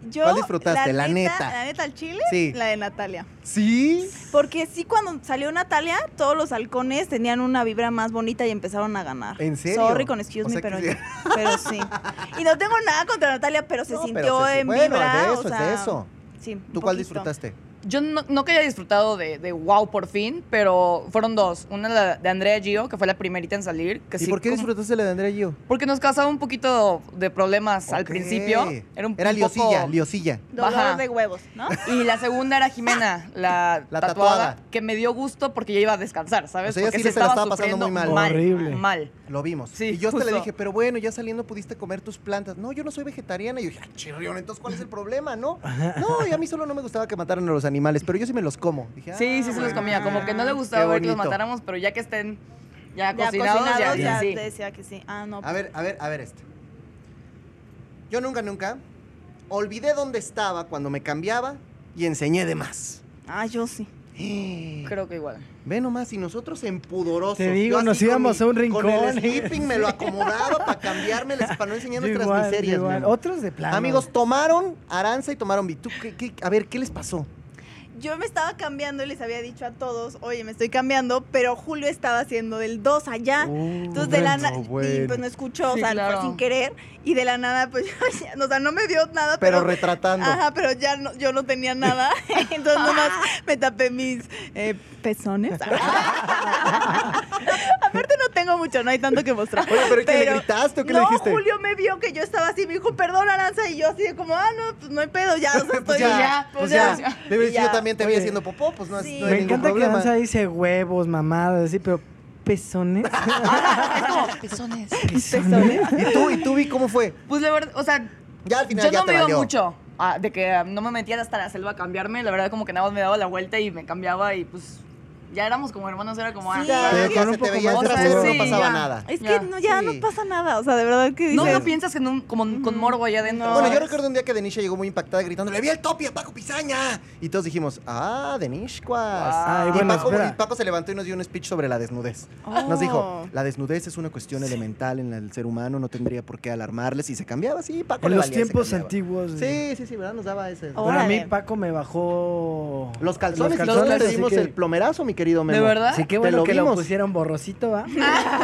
Yo,
¿Cuál disfrutaste? La neta.
La neta, al chile,
Sí.
la de Natalia.
¿Sí?
Porque sí, cuando salió Natalia, todos los halcones tenían una vibra más bonita y empezaron a ganar.
¿En serio?
Sorry con excuse
O
me,
sea que
pero,
sí.
pero sí. Y no tengo nada contra Natalia, pero se
No, pero
sintió
se-
en
bueno,
vibra.
de
o
eso, es de
sea,
eso.
Sí, un
¿Tú cuál
poquito.
disfrutaste?
Yo no, no que haya disfrutado de, de wow por fin, pero fueron dos. Una la de Andrea Gio, que fue la primerita en salir. Que
¿Y
sí,
por qué
como-
disfrutaste la de Andrea Gio?
Porque nos causaba un poquito de problemas al
Ok.
principio. Era un
Era
un
liosilla,
poco-
liosilla.
Dolor
Ajá.
de huevos, ¿no?
Y la segunda era Jimena, la,
La
tatuada,
tatuada.
que me dio gusto porque ya iba a descansar, ¿sabes?
O sea, ella
porque
sí se la estaba pasando muy mal.
Horrible.
Mal.
Lo vimos.
Sí,
y yo hasta le
justo.
dije, pero bueno, ya saliendo pudiste comer tus plantas. No, yo no soy vegetariana. Y yo dije, "Ah, chirrión, entonces ¿cuál es el problema, no? No, y a mí solo no me gustaba que mataran a los animales, pero yo sí me los como.
Sí,
Dije, "Ah,
sí se los
bueno".
comía. Como que no le
Qué
gustaba ver que los
bonito.
matáramos, pero ya que estén ya,
Ya
cocinados, ya,
ya
sí.
decía que sí. Ah, no.
A ver, a ver, a ver este. Yo nunca, nunca olvidé dónde estaba cuando me cambiaba y enseñé de más.
Ah, yo sí.
Creo que igual.
Ve nomás, y nosotros en pudoroso.
Te digo, nos íbamos a un rincón.
Con el sleeping me lo acomodaba para cambiarme, para no enseñar
Yo
nuestras
igual, yo
miserias.
igual.
Memo.
Otros de plano.
Amigos, tomaron Aranza y tomaron Vitu. ¿Qué- qué- a ver, ¿qué les pasó?
Yo me estaba cambiando y les había dicho a todos, oye, me estoy cambiando, pero Julio estaba haciendo del 2 allá. ah,
Uh,
Entonces de la nada,
bueno,
y
bueno.
pues no escuchó, o
Sí,
sea, fue
claro.
sin querer, y de la nada, pues, yo ya- o sea, no me dio nada,
Pero
pero...
retratando.
Ajá, pero ya no, yo no tenía nada, entonces nomás me tapé mis eh, pezones. Aparte no tengo mucho, no hay tanto que mostrar.
Oye, pero ¿y qué le gritaste o qué le
no,
dijiste?
Julio me vio que yo estaba así, me dijo, perdón, Aranza, y yo así de como, ah, no, pues no hay pedo, ya, o sea, estoy
Pues ya,
pues
Ya,
ya.
le hubiera dicho,
Ya.
yo también te vi
Oye.
haciendo popó, pues no, es-
Sí.
no hay
Me
ningún
encanta que
problema.
Danza dice huevos, mamadas, así, pero pezones.
Es como pezones.
Pezones.
¿Y tú? ¿Y tú vi cómo fue?
Pues la verdad, o sea,
Ya al final
yo
ya
no
te
me iba
valió.
mucho. ah, de que ah, no me metía hasta la selva a cambiarme. La verdad, como que nada más me daba la vuelta y me cambiaba y pues ya éramos como hermanos, era como. ah,
Sí.
Ya,
Pero
ya
con
se
un poco
te veía el
más de
trasero,
seguro.
no pasaba
Sí, ya.
nada.
Es que
Ya.
no, ya no
Sí.
pasa nada, o sea, de verdad que
No,
dices,
no piensas en un, como, con morbo allá adentro.
Bueno, yo
¿sabes?
recuerdo un día que Denisha llegó muy impactada gritando, ¡Le vi el topi a Paco Pizaña! Y todos dijimos, ¡ah, Denishquas!
Ah,
y
y,
bueno,
Paco,
espera.
y Paco se levantó y nos dio un speech sobre la desnudez.
Oh.
Nos dijo, la desnudez es una cuestión elemental en el ser humano, no tendría por qué alarmarles. Y se cambiaba, sí, Paco
En
le
los
valía, se
tiempos
cambiaba.
antiguos.
Sí, sí, sí, ¿verdad? Nos daba ese...
Oh.
Bueno, a mí
Órale.
Paco me bajó...
Los calzones,
los
y nosotros
calzones,
te
así
dimos
que-
el plomerazo, mi querido Memo.
¿De verdad?
Sí, qué
¿Ah? Te
bueno
lo
que lo
vimos.
pusieron borrosito, ¿va?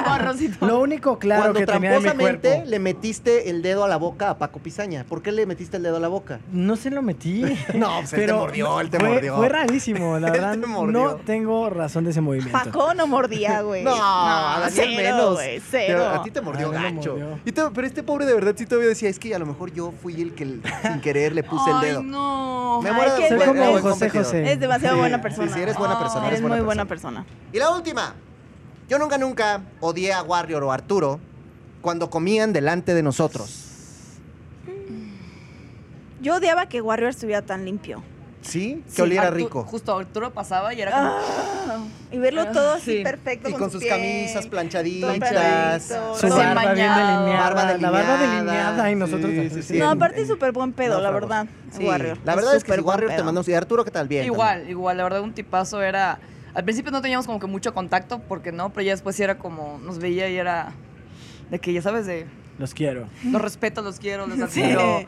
Barroncito.
Lo único claro
Cuando
que tenía en mi
tramposamente
cuerpo.
le metiste el dedo a la boca a Paco Pizaña. ¿Por qué le metiste el dedo a la boca?
No se lo metí.
No, pues, él te mordió, él te
fue,
mordió.
Fue rarísimo, la
Él
verdad.
te mordió.
No tengo razón de ese movimiento.
Paco no mordía, güey.
No, a Daniel
cero,
menos.
güey, cero.
Pero A ti te mordió
A mí me
gancho.
mordió.
Y te- pero este pobre de verdad sí todavía decía, es que a lo mejor yo fui el que l- sin querer le puse el dedo.
Ay, no.
Me
Ay,
muero
qué
de
Soy
buen-
bueno.
de
como
buen
José
competidor.
José.
Es demasiado
Sí,
buena
sí,
persona.
sí, eres buena
Oh,
persona,
Eres
buena
muy buena persona.
Y la última. Yo nunca, nunca odié a Warrior o Arturo cuando comían delante de nosotros.
Yo odiaba que Warrior estuviera tan limpio.
¿Sí? Que
Sí,
oliera
Artu-
rico.
Justo Arturo pasaba y era
Ah.
como.
Y verlo
Ah,
todo así
sí.
perfecto.
Y con sus
pies,
camisas planchaditas.
planchadito,
Su
todo
Todo
barba bien
bañado.
delineada.
Barba
La barba
delineada.
delineada y
Sí,
nosotros...
sí, sí.
No,
Bien,
aparte
bien.
es súper buen pedo, la
Náufragos.
verdad.
Sí,
Warrior.
La verdad es que
súper
si
buen
Warrior te
pedo.
mandamos. Y Arturo, ¿qué tal? Bien. también.
Igual, igual, la verdad, un tipazo era. Al principio no teníamos como que mucho contacto, porque no, pero ya después sí era como. Nos veía y era. De que ya sabes, de.
Los quiero.
Los respeto, los quiero, los
Mm. Sí.
admiro.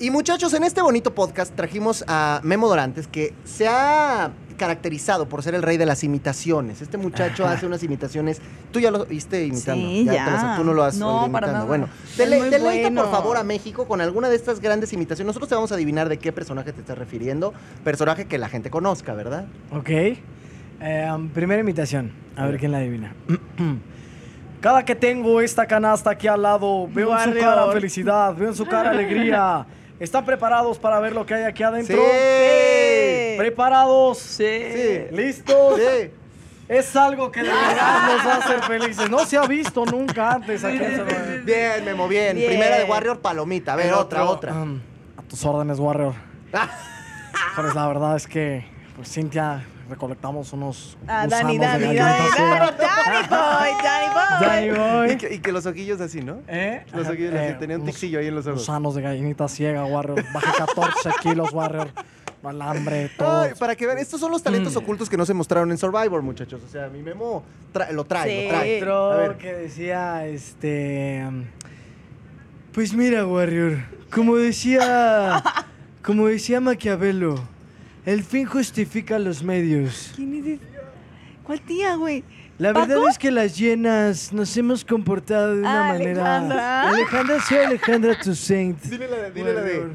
Y muchachos, en este bonito podcast trajimos a Memo Dorantes, que se ha caracterizado por ser el rey de las imitaciones. Este muchacho hace unas imitaciones. Tú ya lo viste imitando.
Sí,
ya. te
ya.
las- tú no lo has
No,
oído
para
imitando.
nada.
Bueno,
Es
dele-
muy
deleita por
bueno.
favor a México con alguna de estas grandes imitaciones. Nosotros te vamos a adivinar de qué personaje te estás refiriendo. Personaje que la gente conozca, ¿verdad?
Ok. Eh, um, primera imitación. A ver quién la adivina. Cada que tengo esta canasta aquí al lado, veo en su
Warrior.
cara felicidad, veo en su cara alegría. ¿Están preparados para ver lo que hay aquí adentro?
Sí.
¿Preparados?
Sí.
¿Listos?
Sí.
Es algo que de verdad nos va a hacer felices. No se ha visto nunca antes aquí en Salvador.
Bien, Memo, bien.
Bien.
Primera de Warrior, palomita. A ver, otra, otra.
Um, a tus órdenes, Warrior. Pues la verdad es que, pues Cintia, recolectamos unos.
Ah, Dani,
gusanos de
Dani, Dani,
galletas, sí. Ah,
Dani, Ah, Dani pues. Boy, Dani
Dani
Boy.
Boy.
Y que, y que los ojillos así, ¿no?
¿Eh?
Los
Ajá,
ojillos así.
eh,
Tenía un
unos
ticillo ahí en los ojos.
Gusanos de gallinita ciega, Warrior. Baja 14 kilos, Warrior. Alambre, todo.
Ay, para que vean, estos son los talentos
Mm.
ocultos que no se mostraron en Survivor, muchachos. O sea, mi memo tra- lo trae, lo
Sí.
trae.
Otro
A ver.
que decía, este... Pues mira, Warrior, como decía... Como decía Maquiavelo, el fin justifica los medios.
¿Quién es ese? ¿Cuál tía, güey?
La verdad
¿Paco?
es que las llenas nos hemos comportado de una manera...
Alejandra.
Alejandra, soy Alejandra Toussaint.
Dile la de,
Warrior.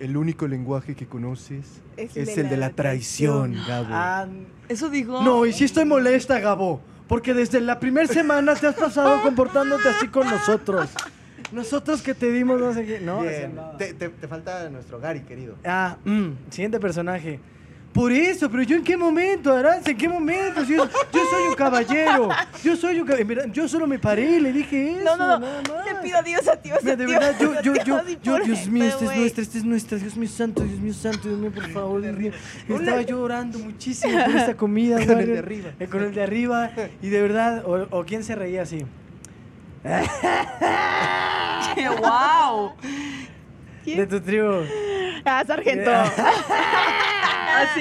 El único lenguaje que conoces
Es el de la
Gabo.
Ah,
Eso dijo.
No, y sí estoy molesta, Gabo. Porque desde la primera semana te has pasado comportándote así con nosotros. Nosotros que te dimos no sé qué. No,
Bien.
o sea, nada.
Te, te- te falta nuestro Gary, querido.
Ah, mm, siguiente personaje. Por eso, pero yo en qué momento, Aranza, en qué momento. Si yo, yo soy un caballero. Yo soy un caballero. Yo solo me paré, le dije
No,
eso.
no,
nada
no.
más.
Te pido Dios a ti, vas a
Mira, de
ti,
verdad,
vas
yo,
a
yo,
ti,
yo,
vas a ti,
yo,
por
Dios
esto,
mío,
este
esta es
güey.
nuestra, esta es nuestra, Dios mío santo, Dios mío santo, Dios mío, por favor, Dios mío. Estaba llorando muchísimo por esta comida.
Con el de
Mario.
arriba.
Eh, con el de arriba, y de verdad, o, o quién se reía así.
¡Wow!
¿Quién?
De tu tribu.
Ah, sargento. ¿Así?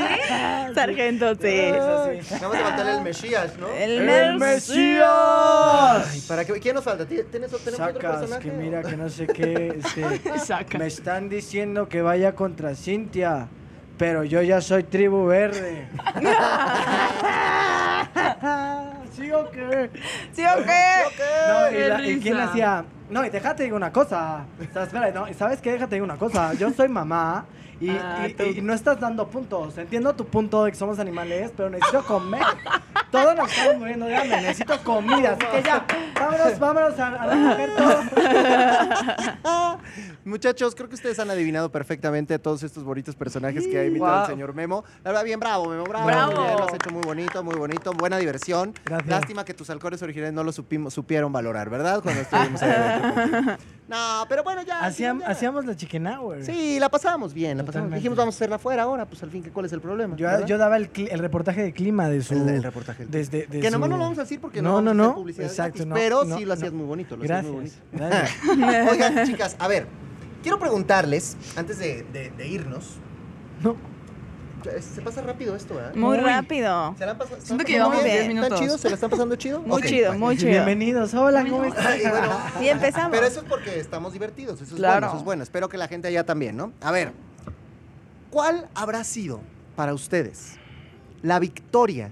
Sargento, sí.
Nada más te falta el Mesías, ¿no?
El
Ah, ¡El Mesías!
Ay, ¿para qué? ¿Quién nos falta? ¿Tienes, tienes otro
Sacas,
personaje?
que mira, que no sé qué. este,
Saca.
me están diciendo que vaya contra Cintia, pero yo ya soy tribu verde. ¿Sí o qué?
¿Sí o qué?
No,
Qué
y, la- y quién
risa.
hacía. No, y déjate digo una cosa. O sea, espera, no, y sabes qué, déjate digo una cosa. Yo soy mamá y,
Ah,
y-
tú.
y no estás dando puntos. Entiendo tu punto de que somos animales, pero necesito comer. Todos nos estamos muriendo de hambre. Necesito comida. Así que ya, vámonos, vámonos a, a recoger todo.
Muchachos, creo que ustedes han adivinado perfectamente a todos estos bonitos personajes que ha imitado el
Guau.
señor Memo. La verdad, bien bravo, Memo, bravo.
Bravo.
muy bien, lo has hecho muy bonito, muy bonito. Buena diversión.
Gracias.
Lástima que tus alcoholes originales no lo supimos, supieron valorar, ¿verdad? Cuando estuvimos ahí adentro contigo. No, pero bueno, ya.
Hacíam-
ya.
hacíamos la chicken hour.
Sí, la pasábamos bien, la pasamos.
Totalmente.
Dijimos, vamos a hacerla afuera ahora, pues al fin, ¿cuál es el problema?
Yo,
¿Verdad?
yo daba el, cli- el reportaje de clima de su.
El- el reportaje del clima.
desde- de
que nomás
su-
no lo vamos a decir porque
No,
no, vamos
no,
a hacer
no,
publicidad
exacto,
gratis,
no,
pero
no,
sí lo hacías
no.
muy bonito, lo hacías muy
Gracias.
bonito.
gracias.
Oigan, chicas, a ver, quiero preguntarles, antes de, de- de irnos,
No,
se pasa rápido esto, ¿verdad?
Muy
Uy.
rápido.
¿Se la han pasado? ¿se
Siento
han
que
pasado
llevamos
bien?
10
¿Están
minutos.
chidos? ¿Se la están pasando chido?
Muy
Ok,
chido,
bueno.
muy chido.
Bienvenidos. Hola, ¿cómo
Y bueno,
estás?
Y empezamos.
Pero eso es porque estamos divertidos, eso es
Claro.
bueno, eso es bueno. Espero que la gente allá también, ¿no? A ver, ¿cuál habrá sido para ustedes la victoria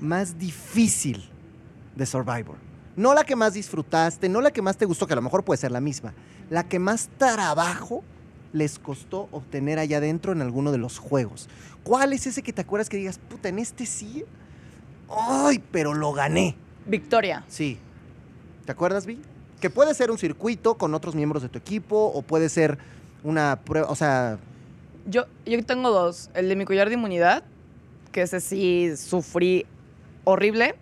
más difícil de Survivor? No la que más disfrutaste, no la que más te gustó, que a lo mejor puede ser la misma, la que más trabajo les costó obtener allá adentro en alguno de los juegos. ¿Cuál es ese que te acuerdas que digas, puta, en este sí? ¡Ay, pero lo gané!
Victoria.
Sí. ¿Te acuerdas, Vi? Que puede ser un circuito con otros miembros de tu equipo o puede ser una prueba, o sea,
Yo, yo tengo dos. El de mi collar de inmunidad, que ese sí sufrí horrible.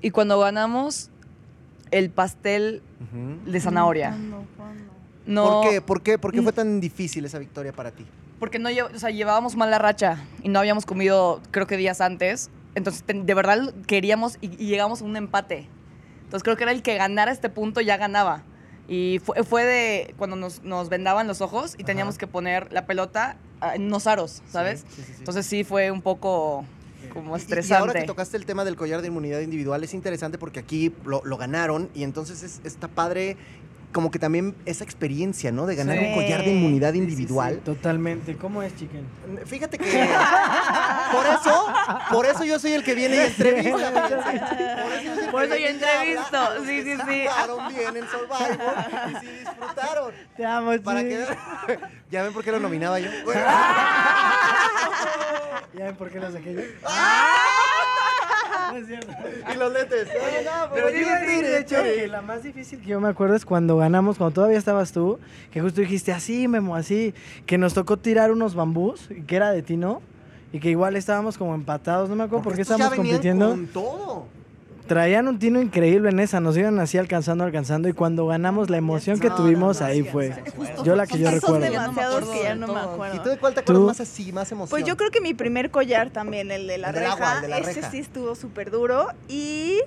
Y cuando ganamos el pastel de zanahoria.
¿Cuándo, cuándo?
No,
¿Por qué? ¿Por qué? ¿Por qué fue tan difícil esa victoria para ti?
porque no lle- o sea, llevábamos mala racha y no habíamos comido, creo que días antes. Entonces, ten- de verdad queríamos y, y llegamos a un empate. Entonces, creo que era el que ganara este punto ya ganaba. Y fue, fue de cuando nos, nos vendaban los ojos y teníamos
Ajá.
que poner la pelota ah, en unos aros, ¿sabes? Entonces, sí fue un poco como
Eh, Y- y-
estresante.
Y ahora que tocaste el tema del collar de inmunidad individual es interesante porque aquí lo, lo ganaron y entonces es, está padre como que también esa experiencia, ¿no? De ganar un
Sí.
collar de inmunidad
Sí, sí, sí,
individual.
Totalmente. ¿Cómo es, chicken?
Fíjate que por eso, por eso yo soy el que viene y entrevista. fíjense.
Por eso yo
viene y habla
entrevisto.
a los
Sí,
que
sí, sí.
estamparon bien en Survivor y sí disfrutaron.
Te amo,
Para
chicken.
que vean- ya ven por qué lo nominaba yo. Bueno,
¿Ya ven por qué los saqué yo? No es cierto.
y los lentes. Oye,
Pero
no, ¡Ah! pues,
yo iba a decir, de hecho, que la más difícil que yo me acuerdo es cuando ganamos, cuando todavía estabas tú, que justo dijiste así, Memo, así, que nos tocó tirar unos bambús, y que era de ti, ¿no? Y que igual estábamos como empatados, no me acuerdo por qué
estos ya
estábamos
venían
compitiendo.
Con todo.
Traían un tino increíble en esa, nos iban así alcanzando, alcanzando, y cuando ganamos, la emoción que
No,
tuvimos
no, no,
ahí
sí,
fue.
sí, justo.
yo la que yo
Son
recuerdo.
demasiados
No me acuerdo
que ya
de
no me
todos.
¿Y tú
acuerdo.
de cuál te acuerdas
Tú.
más así, más emoción?
Pues yo creo que mi primer collar también, el de la
El del
reja,
agua, el de la
ese
reja.
sí estuvo súper duro. Y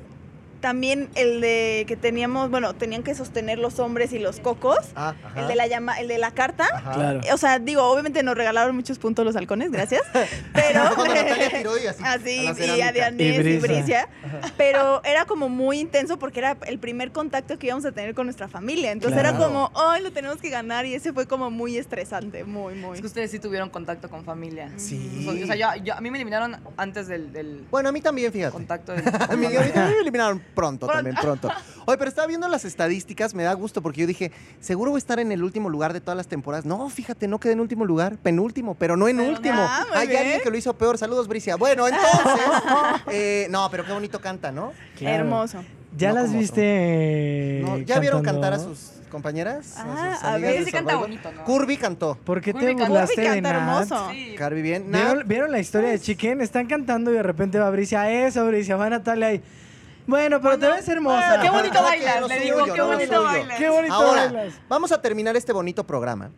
también el de que teníamos, bueno, tenían que sostener los hombres y los cocos.
Ah, ajá.
El de la llama, el de la carta.
Ajá.
Claro.
O sea, digo, obviamente nos regalaron muchos puntos los halcones, gracias. Pero.
Pero cuando Natalia tiró y así.
Así,
a la
sí,
cerámica.
a Dianés
Y
y Bricia.
Brisa.
Pero era como muy intenso porque era el primer contacto que íbamos a tener con nuestra familia. Entonces era
Claro.
como, ay, lo tenemos que ganar. Y ese fue como muy estresante, muy, muy.
Es que ustedes sí tuvieron contacto con familia. Pues,
Sí.
O sea, yo- yo- a mí me eliminaron antes del, del
Bueno, a mí también, fíjate.
contacto. del-
A mí, a mí también me eliminaron pronto, también pronto. Oye, pero estaba viendo las estadísticas, me da gusto porque yo dije, seguro voy a estar en el último lugar de todas las temporadas. No, fíjate, no quedé en último lugar, penúltimo, pero no en
Pero
último.
nada, muy
Hay
bien.
alguien que lo hizo peor. Saludos, Bricia. Bueno, entonces, eh, no, pero qué bonito canta, ¿no?
Claro.
Hermoso.
¿Ya
No
las
como
viste?
No, ¿Ya vieron
cantando?
cantar a sus compañeras?
Ah,
sus
a
amigas
ver.
de
Sí, sí canta
Survivor?
bonito, ¿no?
Curvy cantó.
¿Por qué
Curvy
te
canta-
burlaste
Curvy
de
canta
Nat?
hermoso.
Sí.
Carvi bien. Nat,
¿Vieron, vieron la historia de Chiquen? Están cantando y de repente va Bricia, eso Bricia, va Natalia ahí. Bueno, pero te ves hermosa.
Ah, qué bonito
No
bailas,
quiero
le
suyo,
digo, qué
no suyo.
bonito bailas.
Qué bonito
Ahora,
bailas.
vamos a terminar este bonito programa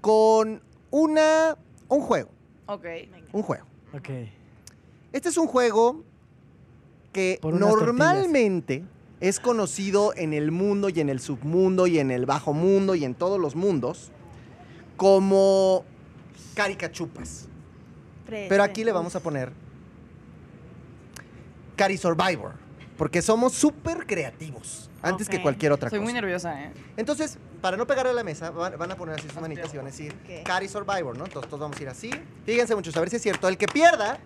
con una, un juego,
Ok.
un juego.
Ok.
Este es un juego que
Por unas
normalmente es conocido en el mundo y en el submundo y en el bajo mundo y en todos los mundos como caricachupas. Pero aquí le vamos a poner Cari Survivor, porque somos súper creativos, antes que
Ok.
cualquier otra
Soy
cosa.
muy nerviosa, ¿eh?
Entonces, para no pegarle a la mesa, van, van a poner así sus manitas y van a decir
Ok.
Cari Survivor, ¿no? Entonces todos vamos a ir así. Fíjense muchos, a ver si es cierto. El que pierda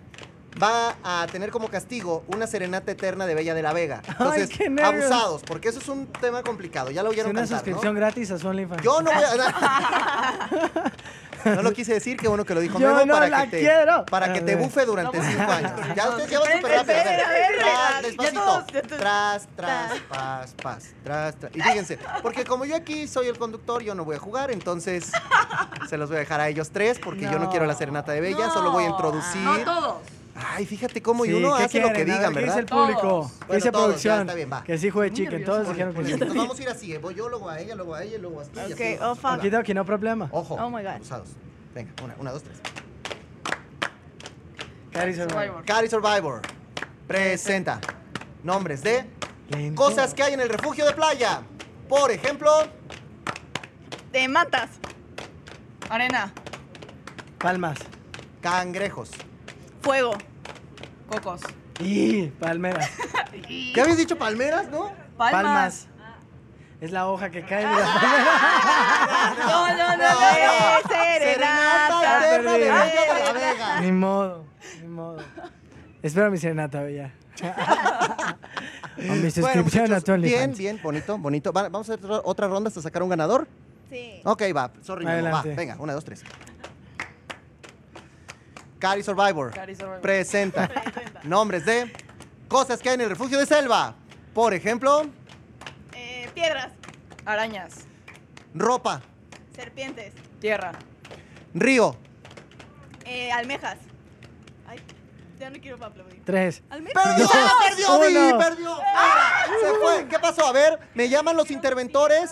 va a tener como castigo una serenata eterna de Bella de la Vega. Entonces,
qué nervios.
abusados, porque eso es un tema complicado. Ya lo
Es
oyeron
una
cantar,
suscripción
¿no?
gratis a su OnlyFans.
Yo no voy a... No lo quise decir, qué bueno que lo dijo
Yo
Memo
no
para
la
que te,
quiero.
para que
A
te
ver.
bufe durante cinco años. Ya usted lleva súper rápido. A ver,
espera, a ver,
tras,
ya
despacito.
todos, ya todos.
Tras, tras, pas, pas, tras, tras. Y fíjense, porque como yo aquí soy el conductor, yo no voy a jugar, entonces se los voy a dejar a ellos tres porque yo no
No.
quiero la serenata de Bella, solo voy a introducir.
No todos.
Ay, fíjate cómo y
Sí,
uno
¿qué
hace lo que
quieren? A
digan,
ver, ¿Qué dice el
¿verdad?
público?
Todos.
¿Qué dice
Bueno, todos, ya,
producción?
está bien, va.
Que sí juega
Muy
chicken.
nerviosa.
Todos dijeron que
Porque
sí.
Nos vamos a ir así, ¿eh? Voy yo, luego a ella, luego a ella, luego a ti. y así
Ok,
vamos.
oh, fuck.
Hola.
Quito aquí no hay problema.
Ojo.
Oh my God.
Cruzados. Venga, una, una, dos, tres.
Cari
Survivor.
Cari Survivor presenta nombres de cosas que hay en el refugio de playa. Por ejemplo,
Te matas.
Arena.
Palmas.
cangrejos.
Fuego.
Cocos.
Y palmeras.
¿Qué habías dicho? ¿Palmeras, no?
Palmas.
Ah.
Es la hoja que cae de la palmera.
No, no, no,
no,
no.
no. Serenata.
Serenata eterna de
Ah,
Bella de la Vega.
Ni modo, ni modo. Espero mi serenata, bella. o mi
Bueno,
suscripción
muchachos,
a tu
bien,
OnlyFans.
bien, bonito, bonito. Va- Vamos a hacer otra- otra ronda hasta sacar un ganador.
Sí.
Ok, va. Sorry, Memo, va.
Adelante.
Venga, una, dos, tres. Cari Survivor,
Cari Survivor.
presenta nombres de cosas que hay en el refugio de selva. Por ejemplo,
Eh, piedras.
Arañas.
ropa,
Serpientes.
Tierra.
río,
Eh, almejas. Ay, ya no quiero aplaudir.
Tres.
Almejas.
¡Perdió!
Ah,
¡Perdió!
Uno.
Di, ¡Perdió! Fuera, ¡Se fue! ¿Qué pasó? A ver, me llaman los interventores.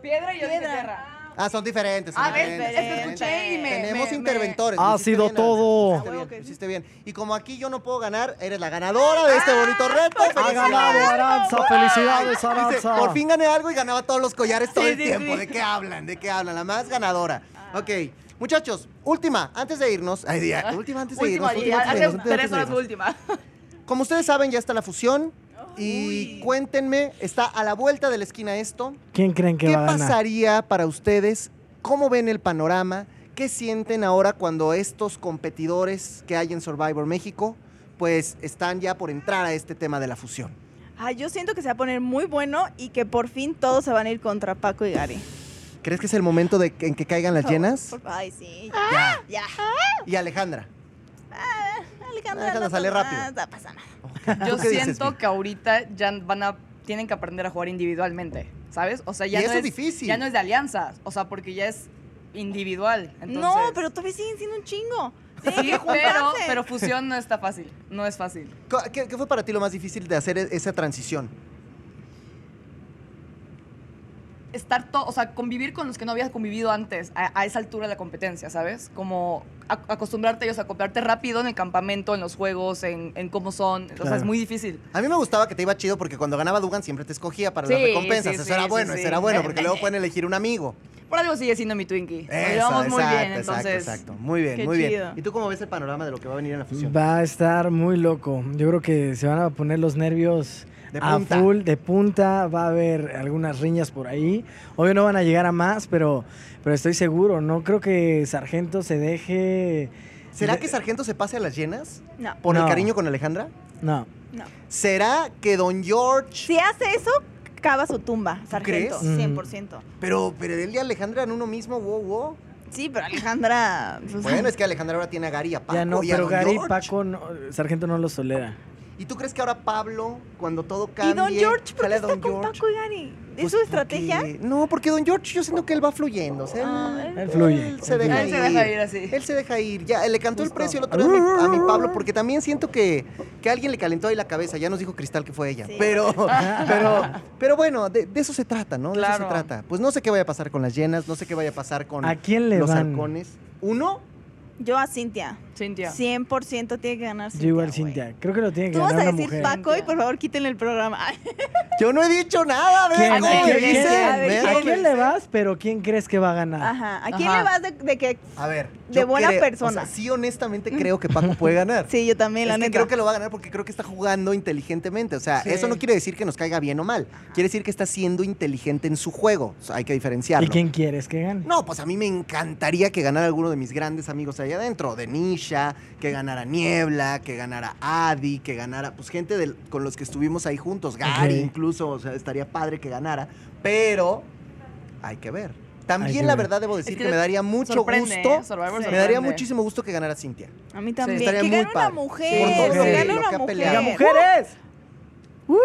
Piedra y yo dije
Piedra.
tierra.
Ah, son diferentes. son
Ah, ves,
diferentes,
es que
diferentes.
escuché y me-
Tenemos
me- me-
interventores.
Ha
lo hiciste
sido
bien,
todo.
Ana,
Ah,
lo hiciste
huevo
bien,
que
lo
sí.
hiciste bien. Y como aquí yo no puedo ganar, eres la ganadora de
Ah,
este bonito reto.
pues
Ha ganado
¡Felicidades!
Aranza. Felicidades,
Dice,
Aranza.
por fin gané algo y ganaba todos los collares todo
Sí,
el
sí,
tiempo.
sí. Ah.
¿De qué hablan? ¿De qué hablan? La más ganadora. Ok. Muchachos, última, antes de irnos. Ay, ya, última antes de irnos.
Última,
última
ya,
antes de
Ah. hace
irnos, última antes
tres
de
horas
irnos.
última.
Como ustedes saben, ya está la fusión. Y cuéntenme, está a la vuelta de la esquina esto.
¿Quién creen que
¿Qué
va a ganar?
pasaría para ustedes? ¿Cómo ven el panorama? ¿Qué sienten ahora cuando estos competidores que hay en Survivor México, pues están ya por entrar a este tema de la fusión?
Ay, yo siento que se va a poner muy bueno y que por fin todos se van a ir contra Paco y Gary.
¿Crees que es el momento de que- en que caigan las llenas? Ah,
Ay, sí.
Ya.
Ya.
Y Alejandra.
Alejandra,
Alejandra,
no
sale
pasa
rápido.
nada, pasa nada.
Yo
¿Qué dices,
siento
Vic?
que ahorita ya van a tienen que aprender a jugar individualmente, ¿sabes? O sea, ya
Y
no
eso es difícil.
ya no es de alianzas, o sea, porque ya es individual.
No,
entonces-
pero todavía siguen siendo un chingo. Tienen
sí,
que
pero,
juntarse.
pero fusión no está fácil, no es fácil.
Co- ¿Qué, qué fue para ti lo más difícil de hacer e- esa transición?
Estar todo, o sea, convivir con los que no habías convivido antes a, a esa altura de la competencia, ¿sabes? Como ac- acostumbrarte a ellos, acoplarte rápido en el campamento, en los juegos, en, en cómo son. O sea, es
Claro.
muy difícil.
A mí me gustaba que te iba chido porque cuando ganaba Dugan siempre te escogía para
Sí,
las recompensas.
sí,
eso
sí,
era
sí,
bueno,
sí. Eh,
eso era bueno,
Me-
porque
me-
luego pueden elegir un amigo.
Por algo sigue siendo mi Twinkie. Nos
Eso,
llevamos muy
exacto,
bien,
exacto,
entonces.
exacto. Muy bien,
Qué
muy bien.
chido.
¿Y tú cómo ves el panorama de lo que va a venir en la fusión?
Mm, Va a estar muy loco. Yo creo que se van a poner los nervios
De
a
punta.
full, de punta. Va a haber algunas riñas por ahí. Obvio no van a llegar a más, pero, pero estoy seguro. No creo que Sargento se deje.
¿Será que Sargento se pase a las llenas?
No,
¿Por el
No.
cariño con Alejandra?
No.
no.
¿Será que Don George...
Si hace eso, cava su tumba, sargento.
Mm.
crees?
100%.
Pero, pero él y Alejandra en uno mismo, wow, wow.
Sí, pero Alejandra. pues,
Bueno, es que Alejandra ahora tiene a Gary y a Paco
ya no,
y a
pero
Don
Gary y
George.
Paco, no- Sargento no los tolera.
¿Y tú crees que ahora Pablo, cuando todo cambie...
¿Y Don George? ¿Por qué
sale
está
Don
con
George?
Paco y Gary? ¿Es
Pues
su estrategia?
porque- No, porque Don George yo siento que él va fluyendo. o sea, él-
Ah,
él,
él fluye, él
se deja
Él
ir.
se deja ir así.
Él se deja ir. Ya, le cantó el
Justo.
precio el otro día a mi, a mi Pablo porque también siento que, que alguien le calentó ahí la cabeza. Ya nos dijo Cristal que fue ella.
Sí.
Pero, pero, pero bueno, de, de eso se trata, ¿no? De eso
Claro.
se trata. Pues no sé qué vaya a pasar con las llenas, no sé qué vaya a pasar con
¿A quién le
los
van?
arcones. Uno,
Yo a Cintia.
Cintia.
100% tiene que ganar Cintia.
Yo igual
güey.
Cintia. Creo que lo tiene que
Tú vas
ganar
a
una
decir
mujer.
Paco y por favor quítenle el programa. Ay,
Ah. yo no he dicho nada, ¿ves?
¿Quién?
¿Cómo
¿A
me
quién?
dicen?
¿A
ver,
¿Ves?
¿A
¿Quién?
quién le vas, pero quién crees que va a ganar?
Ajá. ¿A quién
Ajá.
le vas de, de que.?
A ver.
De
yo
buena
creo-
persona.
O sea, sí, honestamente creo que Paco puede ganar.
Sí, yo también, la
Es que
neta.
creo que lo va a ganar porque creo que está jugando inteligentemente. O sea,
Sí.
eso no quiere decir que nos caiga bien o mal. Quiere decir que está siendo inteligente en su juego. O sea, hay que diferenciarlo.
¿Y quién quieres que gane?
No, pues a mí me encantaría que ganara alguno de mis grandes amigos allá adentro. De Nisha, que ganara Niebla, que ganara Adi, que ganara, pues gente del- con los que estuvimos ahí juntos. Gary
Ok.
incluso, o sea, estaría padre que ganara. Pero hay que ver. También,
Ay, qué
la
bien.
verdad, debo decir
Es
que,
que
me daría mucho
sorprende,
gusto.
¿eh? Survivor
Me daría
sorprende.
muchísimo gusto que ganara Cintia.
A mí también.
Sí.
que
Estaría
gane una
muy padre.
mujer.
Por todo
que
lo-
gane
lo
una
que ha
mujer.
peleado.
¡Diga mujeres!
¡Uh!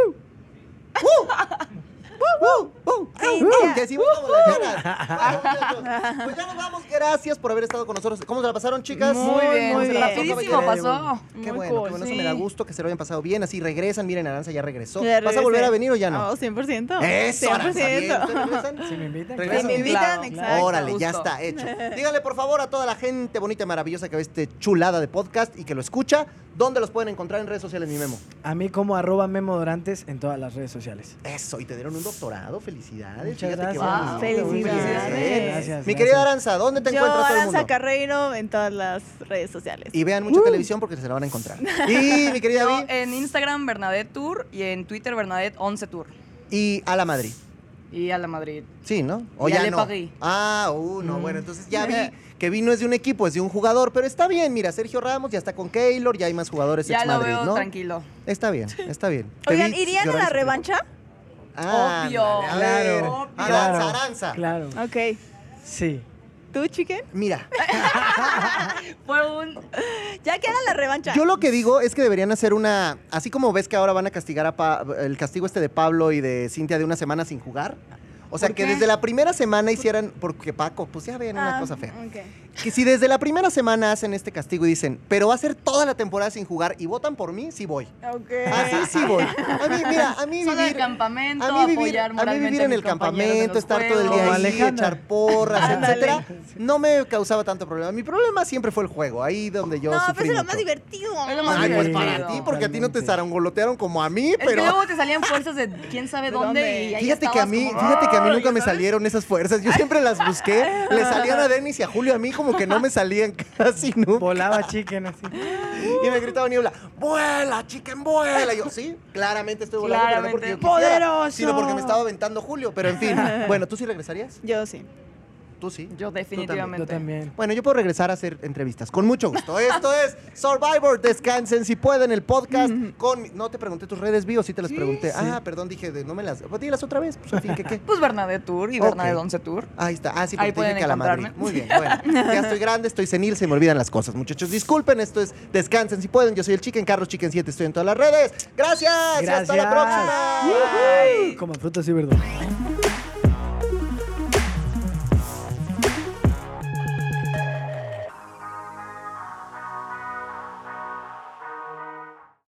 Cintia.
Que decimos como las ganas. Vamos, Pues ya nos vamos. Gracias por haber estado con nosotros. ¿Cómo se la pasaron, chicas?
Muy bien,
muy
o sea,
bien.
rapidísimo pasó.
Qué
Muy
bueno,
cool,
qué bueno. Eso
sí.
me da gusto que se lo hayan pasado bien. Así regresan. Miren, Aranza ya regresó.
Ya
¿Vas a
regresé.
volver a venir o ya
Ah,
no?
No, 100%.
Eso, Aranza, bien.
100%.
¿Ustedes regresan?
Si me invitan,
Regresa.
Si me
Claro.
invitan, exacto.
Órale, ya
Justo.
está hecho. Díganle por favor a toda la gente bonita y maravillosa que ve este chulada de podcast y que lo escucha, ¿dónde los pueden encontrar en redes sociales, mi Memo?
A mí como arroba Memo Dorantes en todas las redes sociales.
Eso, y te dieron un doctorado, felicidades.
Muchas
Fíjate qué
gracias.
bonito.
Wow,
Muy bien.
felicidades.
Gracias,
Mi
gracias.
querida Aranza, ¿dónde te
Yo,
encuentras todo el
Aranza
mundo?
Carreiro, en todas las redes sociales.
Y vean mucha televisión porque se la van a encontrar. Y mi querida
Yo
Vi,
en Instagram Bernadette Tour y en Twitter Bernadette 11 Tour.
y a la Madrid.
Y a la Madrid.
Sí, ¿no? O
Y
ya
Ale
no.
Parry.
Ah, uh, no, bueno, entonces ya vi que vi no es de un equipo, es de un jugador, pero está bien, mira, Sergio Ramos ya está con Keylor, ya hay más jugadores
ya
ex
lo
Madrid,
veo
¿no?
tranquilo.
Está bien, está bien. Te
Oigan,
vi
¿irían a
llorar
la
y-
revancha?
Ah,
Obvio.
ándale, a ver.
Claro,
obvio.
Aranza, Aranza. Ah.
Claro.
Ok.
Sí.
¿Tú, chiquen?
Mira,
Fue un.
Ya queda la revancha.
yo lo que digo es que deberían hacer una. Así como ves que ahora van a castigar a Pa- el castigo este de Pablo y de Cintia de una semana sin jugar. O sea,
¿Por
que
qué?
desde la primera semana hicieran. Porque Paco, pues ya ven, una
Ah,
cosa fea.
ok.
Que si desde la primera semana hacen este castigo y dicen, pero va a ser toda la temporada sin jugar y votan por mí, sí voy.
Ok.
Así sí voy. A mí, mira, a mí
Solo el
vivir.
Ah. campamento,
A mí vivir,
apoyar
a mí
moralmente
vivir en
mis
el
compañeros en
campamento,
los
estar todo el
juegos.
día
Como
ahí,
Alejandra.
echar porras,
Ándale.
etcétera, no me causaba tanto problema. Mi problema siempre fue el juego, ahí donde yo
no, pero
sufrí
es lo
mucho.
más divertido.
Es lo más
Ay, pues
divertido.
para ti, porque a ti no te
Totalmente.
zarangolotearon como a mí,
Es que
pero...
luego te salían fuerzas de quién sabe
¿De
dónde,
dónde?
y ahí
Fíjate que a
estabas
mí,
como- "Ah".
fíjate que a mí
¡Ay!
nunca me
¿sabes?
salieron esas fuerzas. Yo siempre las busqué. Le salían a Denis y a Julio, a mí como que no me salían casi nunca.
Volaba chicken así.
Y me gritaba Niebla, vuela, chicken, vuela. Y yo, sí, claramente estoy volando, pero no
Claramente.
porque yo quisiera,
¡Poderoso!
sino porque me estaba aventando Julio. Pero en fin, bueno, ¿tú sí regresarías?
Yo sí.
Tú sí.
Yo definitivamente.
Yo también.
Bueno, yo puedo regresar a hacer entrevistas. Con mucho gusto. Esto es Survivor. Descansen si pueden el podcast. con No te pregunté tus redes bio, sí te las pregunté. Ah, perdón, dije, de- no me las. Pues dílas otra vez. Pues en fin, ¿qué qué?
Pues Bernadette Tour y
Ok.
Bernadette 11 Tour.
Ahí está. Ah, sí,
Ahí
porque te dije
pueden
que a la Madrid.
encontrarme.
Muy bien, bueno. Ya estoy grande, estoy senil, se me olvidan las cosas, muchachos. Disculpen, esto es Descansen si pueden. Yo soy el Chicken, Carlos Chicken 7, estoy en todas las redes. Gracias. y Hasta la
Gracias.
próxima.
Como frutas y verduras.